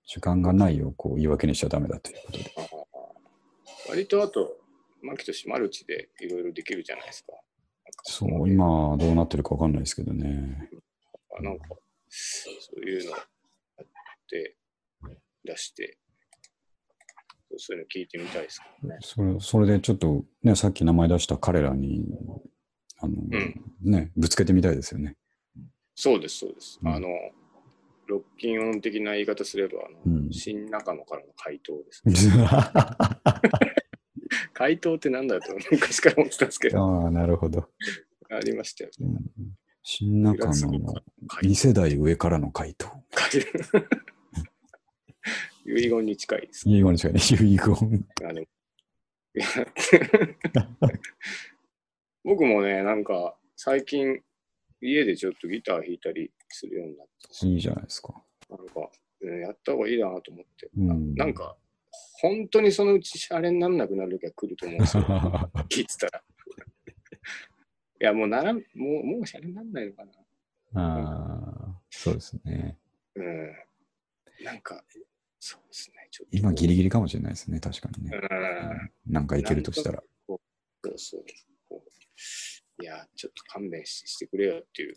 A: 時間がないをこう言い訳にしちゃダメだということで。
B: ああ割とあと、マキトシマルチでいろいろできるじゃないですか。
A: そう、今どうなってるかわかんないですけどね。
B: なんか、そういうのやって、出して、そういうの聞いてみたいですけどね。
A: それそれでちょっと、ね、さっき名前出した彼らに、あの、
B: ん
A: ね、ぶつけてみたいですよね。
B: そうです、そうです。
A: うん
B: あの、ロッキン音的な言い方すれば、あの
A: うん
B: 新中野からの回答です、 ね。回答ってなんだと昔から思ってたんですけど、
A: ああ、なるほど。
B: ありましたよ
A: う
B: ね。
A: ん新中野の2世代上からの回答。
B: 回答遺言に近いです。
A: 遺言ですよね。遺言。
B: あの 僕もね、なんか最近家でちょっとギター弾いたりするようになったし、
A: いいじゃない ですか。
B: なんか、うんやった方がいいなと思って、
A: うん
B: なんか本当にそのうちシャレにならなくなる時は来ると思うんですよ、 聞いてたら。いや、もうならん、もう、もうシャレにならないのかな。
A: ああ、そうですね。
B: うん。なんか、そうですね、ちょっと。
A: 今ギ
B: リ。
A: リギリかもしれないですね。確かに
B: う
A: ね。
B: ん。
A: なんかいけるとしたら。
B: そうそう。こういや、ちょっと勘弁ししてくれよっていう、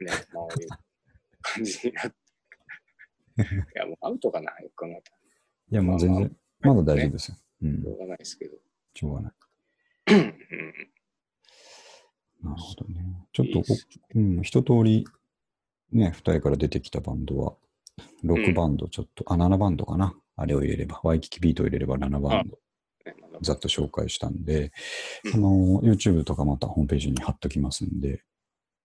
B: ね、周りの感じに なって。いや、もうアウトかな、よく考えたら。
A: いや、もう全然、
B: ま
A: ま
B: あ
A: だ大丈夫ですよ。うん
B: しょ。うがないですけど。
A: しょうがない。
B: うん
A: なるほどね。ちょっ
B: い
A: と
B: いです
A: うん、一通り、ね、二人から出てきたバンドは、6バンドちょっと、あ、7バンドかな。あれを入れれば、ワイキキビートを入れれば7バンド、
B: ねまだ
A: ざっと紹介したんで、
B: うん
A: あの、YouTube とかまたホームページに貼っときますんで、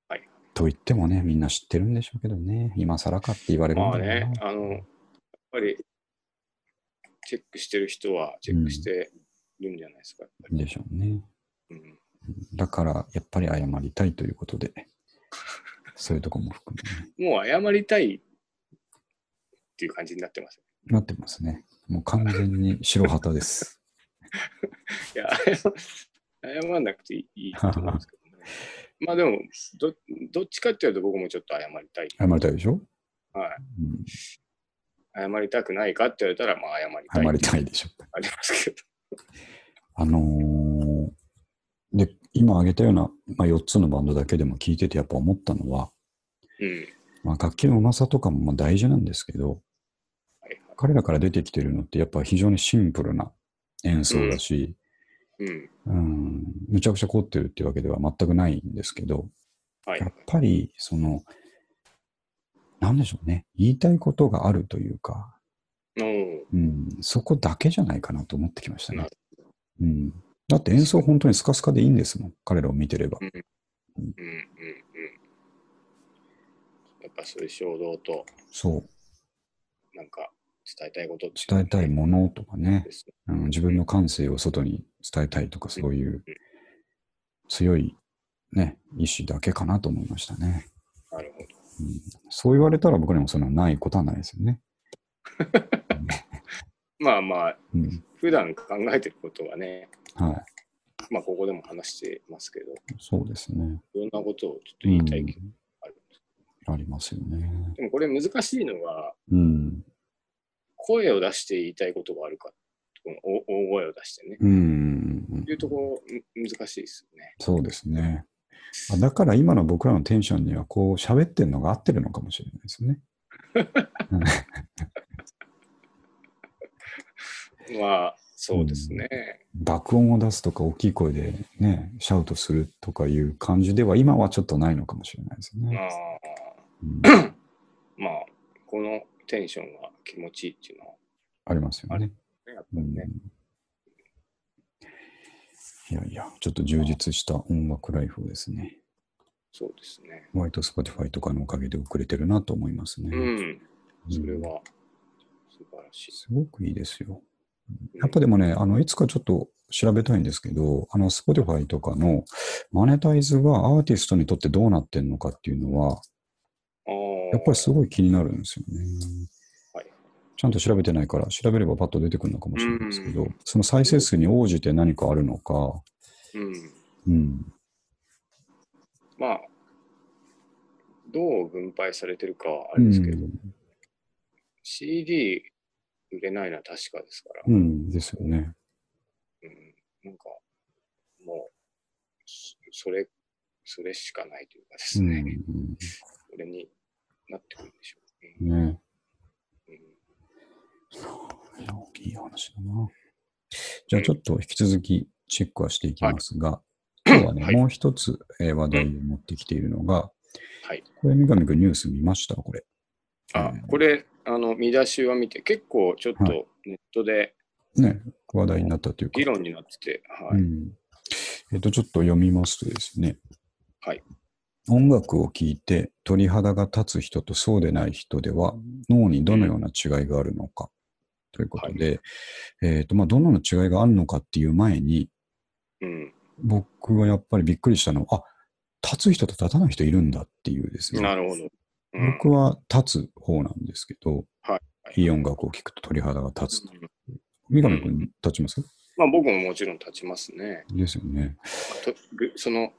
B: はい
A: と言ってもね、みんな知ってるんでしょうけどね、今更かって言われるん
B: ま
A: だ
B: あ
A: ろうな
B: ね、あの、やっぱり、チェックしてる人はチェックしてるんじゃないですか。やっぱり
A: でしょうね。
B: うん
A: だから、やっぱり謝りたいという ことで、そういうとこも含め、ね、
B: もう謝りたいっていう感じになってます。
A: なってますね。もう完全に白旗です。
B: いや、謝らなくていいいいと思うんですけどね。まあでもど、どっちかっていうと僕もちょっと謝りたい。
A: 謝りたいでしょ、
B: はい、
A: うん、
B: 謝りたくないかって言われたら、まあ謝りたい。
A: 謝りたいでしょ。
B: ありますけど。
A: あのーで、今挙げたような、まあ、4つのバンドだけでも聞いててやっぱ思ったのは、
B: うん。
A: まあ、楽器のうまさとかもまあ大事なんですけど、
B: はいは
A: 彼らから出てきてるのってやっぱ非常にシンプルな演奏だし、
B: い。うん。
A: うん、むちゃくちゃ凝ってるっていうわけでは全くないんですけど、
B: はい
A: やっ。ぱりその、なんでしょうね、言いたいことがあるというか、
B: お
A: うん、そこだけじゃないかなと思ってきました
B: な
A: ね
B: る。
A: うん、だって演奏本当にスカスカでいいんですもん、彼らを見てれば。
B: うんうんうん。やっぱそういう衝動と、
A: そう、
B: なんか伝えたいことって
A: 伝えたいものとかね
B: で、すね。
A: うん、自分の感性を外に伝えたいとか、そういう強い、ね、意志だけかなと思いましたね。
B: なるほど。
A: うん、そう言われたら僕らもそんなないことはないですよね。
B: まあまあ、
A: うん、
B: 普段考えてることはね、
A: はい、
B: まあここでも話してますけど、
A: そうですね。
B: いろんなことをちょっと言いたいけど、ある
A: うんありますよね。
B: でもこれ難しいのが、
A: うん、
B: 声を出して言いたいことがあるかこの大大声を出してね。
A: うんうんうん
B: というところ、む難しいですよね。
A: そうですね。あだから今の僕らのテンションには、こう、喋ってるのが合ってるのかもしれないですね。
B: まあ、そうですね。
A: 爆音を出すとか、大きい声でね、シャウトするとかいう感じでは、今はちょっとないのかもしれないです
B: まあ
A: ね。、うん
B: まあ、このテンションが気持ちいいっていうのは
A: ありますよね。
B: ね、やっぱ
A: う
B: り
A: ん
B: ね。
A: いやいや、ちょっと充実した音楽ライフをですね、
B: そうですね。
A: ホワイトスポティファイとかのおかげで遅れてるなと思いますね。
B: うん。
A: うん
B: それは素晴らしい。
A: すごくいいですよ。やっぱでもね、あの、いつかちょっと調べたいんですけど、あの、Spotify とかのマネタイズがアーティストにとってどうなってんのかっていうのは、
B: あー
A: やっぱりすごい気になるんですよね。
B: はい
A: ちゃんと調べてないから、調べればパッと出てくるのかもしれないですけど、
B: うん
A: その再生数に応じて何かあるのか、
B: うん。
A: うん、
B: まあ、どう分配されてるかはあれですけど、
A: うん
B: CD 売れないのは確かですから、
A: うんですよね。
B: うん、なんか、もう、そそれ、それしかないというかです
A: うん
B: ね、これになってくるんでしょうね。
A: うん、ね
B: うん
A: いやいい話だな。じゃあちょっと引き続きチェックはしていきますが、今日はね、
B: はい
A: もう一つ、えー話題を持ってきているのが、
B: はい。
A: これ、三上君ニュース見ましたこれ。
B: あ
A: うん、
B: これ、あの、見出しは見て、結構ちょっ
A: は
B: とネットで
A: ね、話題になったというか。
B: 議論になってて、は
A: う
B: い。
A: んえっと、ちょっと読みますとですね、
B: はい
A: 音楽を聴いて鳥肌が立つ人とそうでない人では脳にどのような違いがあるのかということで、えっとまあ、どのような違いがあるのかっていう前に
B: うん。
A: 僕はやっぱりびっくりしたのはあ立つ人と立たない人いるんだっていうですね
B: なるほど。うん
A: 僕は立つ方なんですけど、、
B: はい
A: い音楽を聴くと鳥肌が立つと。
B: うん
A: 三上君立ちます、
B: まあ、僕ももちろん立ちますね。
A: ですよね。
B: とぐその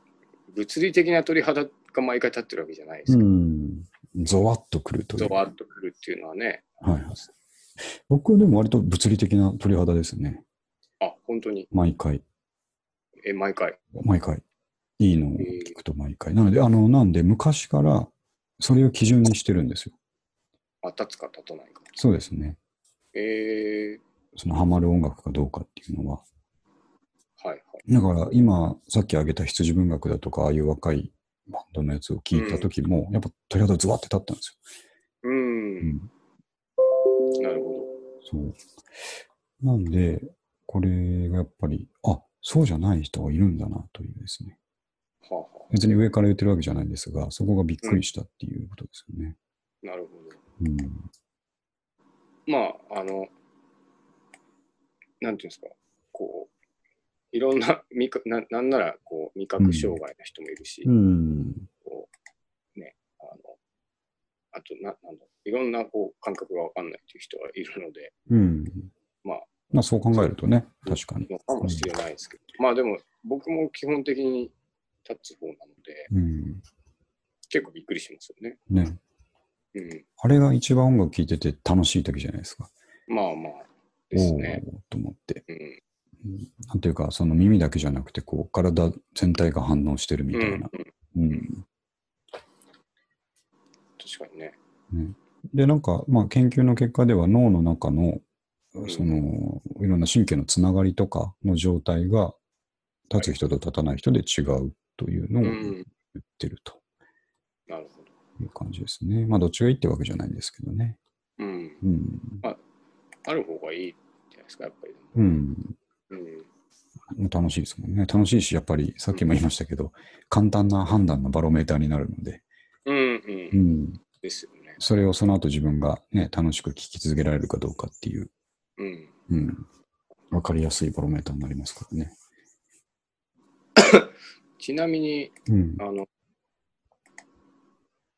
B: 物理的な鳥肌が毎回立ってるわけじゃないです
A: う
B: けど、
A: ん。ゾワッとくるとい
B: ド
A: う。
B: ワッとくるっていうのはね、
A: はいはい。僕はでも割と物理的な鳥肌ですね。
B: あ本当に、
A: 毎回、
B: え毎回。
A: 毎回。いいのを聞くと毎回。なので、あの、なんで昔からそれを基準にしてるんですよ。
B: あ立つか立たないか。
A: そうですね。
B: え
A: そのハマる音楽かどうかっていうのは。
B: ー、はいはい。
A: だから今、さっき挙げた羊文学だとか、ああいう若いバンドのやつを聞いた時も、やっぱ鳥肌ズワって立ったんです
B: う
A: よ。
B: ん、
A: ん
B: なるほ
A: そう。なんで、これがやっぱり、あそうじゃない人がいるんだなというですね。
B: ど。はあ、は
A: 別に上から言ってるわけじゃないんですが、そこがびっくりしたっていうことですよね。
B: あ、なるほど。
A: うん。
B: まあ、あの、なんていうんですか、こう、いろんな味覚、ななんならこう味覚障害の人もいるし、
A: うん。
B: こう、ね、あの、あとな、なんだろういろんなこう感覚がわかんないという人がいるので、
A: うん。
B: まあ、
A: まあそう考えるとね、確かに。
B: のかもしれないですけど、まあでも僕も基本的に立つ方なので、
A: うん。
B: 結構びっくりしますよね。
A: ね。
B: うん。
A: あれが一番音楽聴いてて楽しい時じゃないですか。
B: まあまあですね。
A: おーと思って。
B: うん。
A: うんなんていうか、その耳だけじゃなくて、こう、体全体が反応してるみ
B: う
A: た
B: ん、う
A: い
B: ん
A: な。うん
B: 確かにね。
A: で、なんか、まあ、研究の結果では脳の中の、
B: ん
A: その、いろんな神経のつながりとかの状態が、立つ人と立たない人で違うというのを
B: う
A: 言
B: ん。
A: ってると
B: なるほど。
A: いう感じですね。まあ、どっちがいいってわけじゃないんですけどね。
B: うん。
A: うん。
B: ある方がいいじゃないですか、やっぱり。
A: うん。
B: うん。
A: 楽しいですもんね。楽しいし、やっぱり、さっきも言いましたけど、簡単な判断のバロメーターになるので、
B: うん
A: う
B: うん。
A: ん。
B: ですよね。
A: それをその後自分がね、楽しく聞き続けられるかどうかっていう、
B: うん。
A: うん。わかりやすいバロメーターになりますからね。
B: ちなみに、
A: うん
B: あ。の、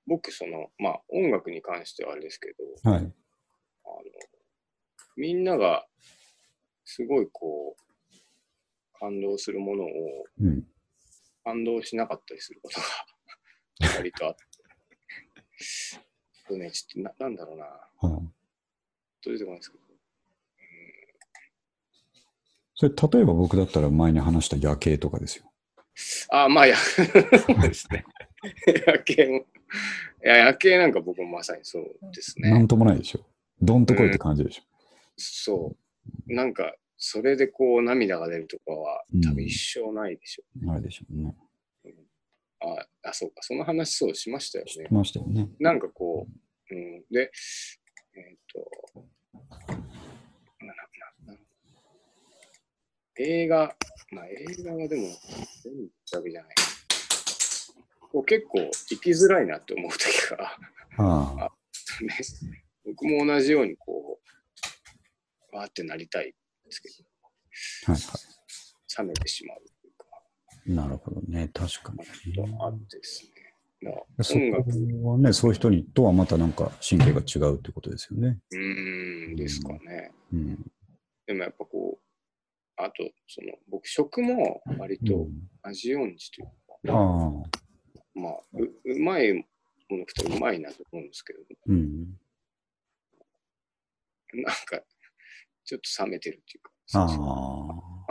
B: 僕、その、まあ、音楽に関してはあれですけど、
A: はい。
B: あのみんながすごいこう感動するものを
A: うん。
B: 感動しなかったりすることが割とあって。 これね、ちょっとななんだろうな。
A: はい
B: どういうとこなんですけど。
A: それ、例えば僕だったら前に話した夜景とかですよ。
B: あ、まあ、や、そうですね。夜景も。いや、夜景なんか僕もまさにそうです
A: な
B: ね。
A: んともないでしょ。どんとこいって感じでしょ。
B: そう。なんか、それでこう、涙が出るとかは
A: うん、
B: 多分一生ないでしょ
A: あれでしょうね。
B: う。ああ、そうか。その話、そうしましたよ
A: 知っ
B: ね
A: て。ましたよね。
B: なんかこう、うん、で、えっ、と、ななな映画、まあ映画はでも全部ってわけじゃない。こう結構生きづらいなって思う時が、
A: ああ、
B: ね、 僕も同じようにこう、わーってなりたいんですけ
A: はいは
B: ど、冷めてしまうというか、
A: い。なるほどね。確か
B: ちょっ
A: に
B: と。あってですね。だから
A: そ
B: 音楽、
A: こはね、そういう人にとはまたなんか神経が違うってことですよね。
B: うーんですかね。
A: うん。
B: でもやっぱこう、あと、その、僕、食も割
A: う
B: と
A: ん
B: 味音痴という
A: あ
B: か、
A: あ、
B: まあ、ううまいものくてうまいなと思うんですけど、
A: うん。
B: なんか、ちょっと冷めてるっていうか、
A: ああ、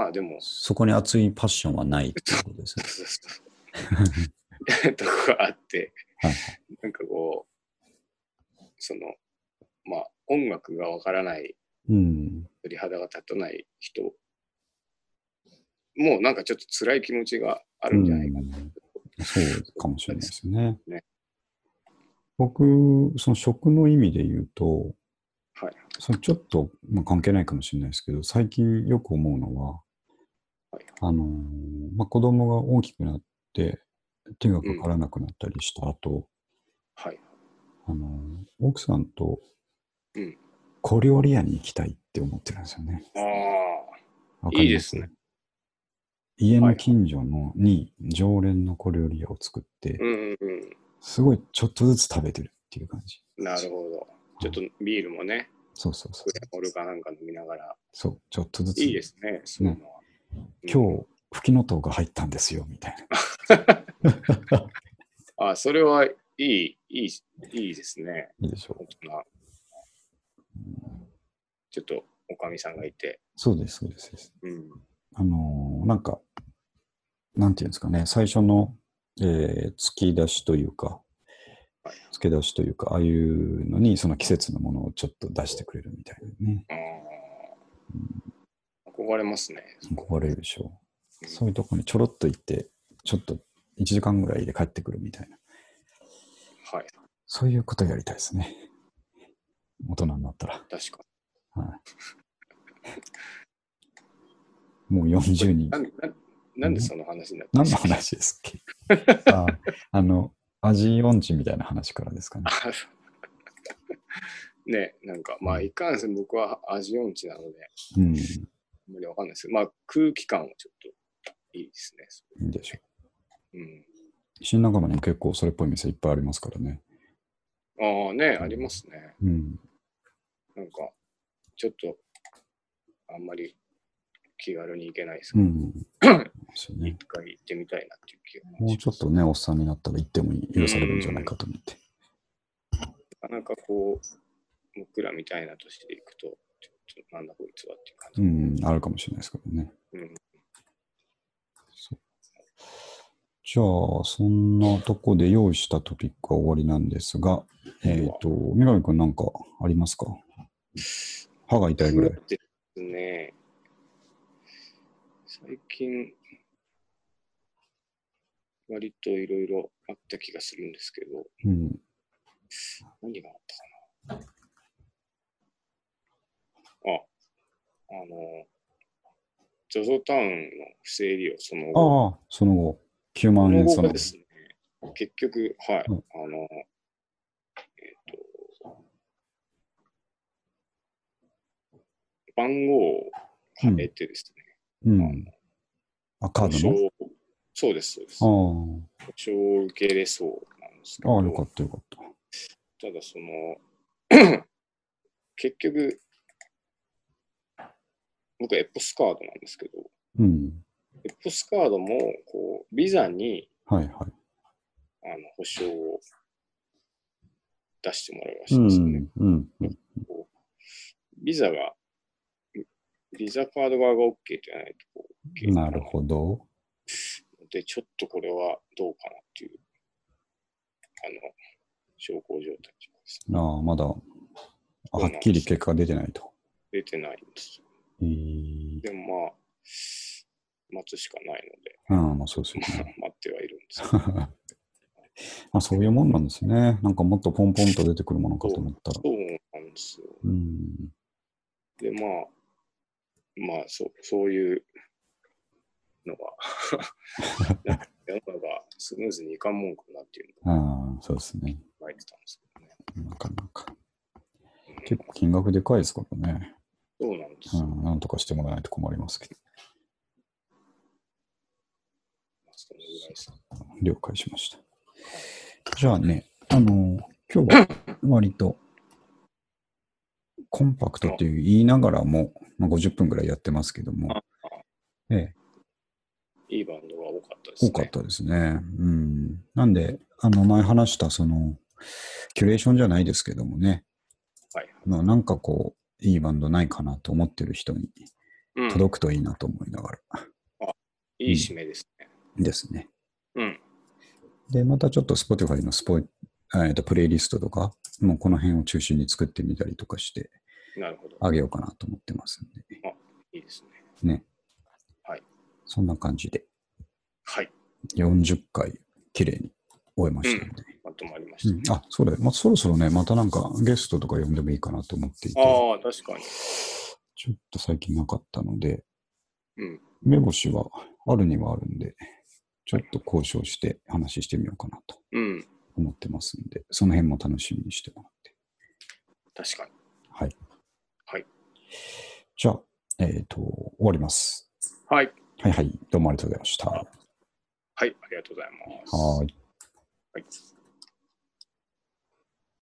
B: まあでも、
A: そこに熱いパッションはないってことですね。
B: そうそうそうとこがあって
A: はい、
B: なんかこう、その、まあ、音楽がわからない、
A: うん。
B: 鳥肌が立たない人、もうなんかちょっと辛い気持ちがあるんじゃないかな
A: うんそうかもしれないですね。
B: ね
A: 僕、その食の意味で言うと、
B: はい
A: そのちょっと、まあ、関係ないかもしれないですけど、最近よく思うのは、
B: はい
A: あのーまあ、子供が大きくなって手がかからなくなったりした後、
B: はい。
A: あのー奥さんと
B: うん
A: 小料理屋に行きたいって思ってるんですよね。
B: ああ。
A: わかり
B: いいで
A: ます
B: ね。
A: 家
B: は
A: の
B: い
A: 近所のに常連の小料理屋を作って、
B: うんうん
A: すごいちょっとずつ食べてるっていう感じ。
B: うん、なるほど。ちょっとビールもね、
A: そうそうそう
B: ク。レモルかなんか飲みながら、
A: そう、ちょっとずつ。
B: いいですね、そういうのは。
A: 今
B: うん
A: 日、吹きの塔が入ったんですよ、みたいな。
B: あ、それはいい、いい、いいですね。
A: いいでしょう。
B: 大人。ちょっと、おかみさんがいて。
A: そうです、そうですそうです。
B: うん。
A: あのーなんか、なんていうんですかね、最初の、えー突き出しというか、
B: はい
A: 付け出しというか、ああいうのに、その季節のものをちょっと出してくれるみたいなね。
B: あー憧れますね。
A: 憧れるでしょう。
B: うん
A: そういうとこにちょろっと行って、ちょっと1時間ぐらいで帰ってくるみたいな。
B: はい、
A: そういうことやりたいですね。大人になったら。
B: 確か
A: もう40人
B: に。。なんなんなんでその話になった
A: 何
B: んです
A: の
B: か
A: 話ですっけああの、味音痴みたいな話からですかね。
B: ね、なんか、まあ、いかんせん僕は味音痴なので、
A: うん、い
B: あんまりわかんないですけど、まあ空気感はちょっといいですね。
A: いでしょう。
B: うん、
A: 新仲間にも結構それっぽい店いっぱいありますからね。
B: ああね、ありますね。
A: うん。
B: なんか、ちょっと、あんまり気軽に行けないです
A: う
B: けど、
A: ん。ですよ
B: 一、
A: ね。
B: 回行ってみたいなっていう気が
A: もうちょっとね、おっさんになったら行っても許されるんじゃないかと思って。
B: なかなかこう、僕らみたいな年で行くと、ちょっとなんだこいつはっていう感じ。
A: うん、あるかもしれないですけどね。
B: うん
A: そうじゃあ、そんなとこで用意したトピックは終わりなんですが、えっ、と、三上くんなんかありますか歯が痛いぐらい。
B: ですね。最近、割といろいろあった気がするんですけど、
A: うん。
B: 何があったかな。あ、あの、ジョゾタウンの不正利用、その後、
A: ああ、その後、9万円
B: そ
A: そ
B: の後
A: の
B: がですね、結局、はい、
A: うん
B: あの、えっ、と、番号を変えてですね、
A: うん。あ、カードの
B: 保証そうです、そうです。
A: あ
B: 保証を受けれそうなんですけ
A: あ、あ
B: ど、
A: あ、よかったよかった。
B: ただその、 結局、僕はエポスカードなんですけど、
A: うん。
B: エポスカードも、こう、ビザに、
A: はいは
B: あの、保証を出してもらうらし
A: い。う
B: いんですよね。
A: ん。うん。
B: ビザが、リザカード側が OK じゃないとこう OK
A: なるほど。
B: で、ちょっとこれはどうかなっていう、あの、証拠状態です。
A: ああ、まだ、あはっきり結果が出てないと。
B: 出てないんですよ。
A: えー、
B: でもまあ、待つしかないので、
A: ああ、まあそうですよね。
B: 待ってはいるんですけど
A: まあそういうもんなんですね。なんかもっとポンポンと出てくるものかと思ったら。
B: そうなんですよ。
A: うん。
B: で、まあ、まあ、そう、そういうのが、なんか世の中スムーズにいかんもんかなっていうの
A: ああ、そうですね。
B: を書いてたんですけどね。
A: なかなか。
B: うん
A: 結構金額でかいですからね。
B: そうなんです
A: う
B: よ。
A: ん、なんとかしてもらわないと困りますけど。
B: まあそのぐらいです
A: 了解しました。じゃあね、あの、今日は割とコンパクトっていう言いながらも、まあ、50分ぐらいやってますけども、え
B: いいバンドが多かったです
A: え、
B: ね。
A: 多かったですね。うん。なんで、あの、前話したその、キュレーションじゃないですけどもね、
B: はい。
A: まあ、なんかこう、いいバンドないかなと思ってる人に
B: うん、
A: 届くといいなと思いながら
B: いい締めですね。
A: ですね。
B: うん。
A: で、またちょっと Spotify のスポイ、えーとプレイリストとか、もうこの辺を中心に作ってみたりとかして、
B: なるほど。
A: あげようかなと思ってますんで、
B: いいですね。
A: ね。
B: はい。
A: そんな感じで、
B: はい。
A: 40回、綺麗に終えましたんで。
B: まとまりま
A: う
B: し
A: ん
B: た。
A: あ、そうだよ。まあ、そろそろね、またなんかゲストとか呼んでもいいかなと思っていて、
B: ああ、確かに。
A: ちょっと最近なかったので、
B: うん。
A: 目星はあるにはあるんで、ちょっと交渉して話してみようかなと
B: うん。
A: 思ってますんで、その辺も楽しみにしてもらって。
B: 確かに。
A: はい。
B: はい。
A: じゃあ、えっ、と、終わります。
B: はい。
A: はいはい。どうもありがとうございました。は
B: はい。ありがとうございます。
A: ーい。
B: はい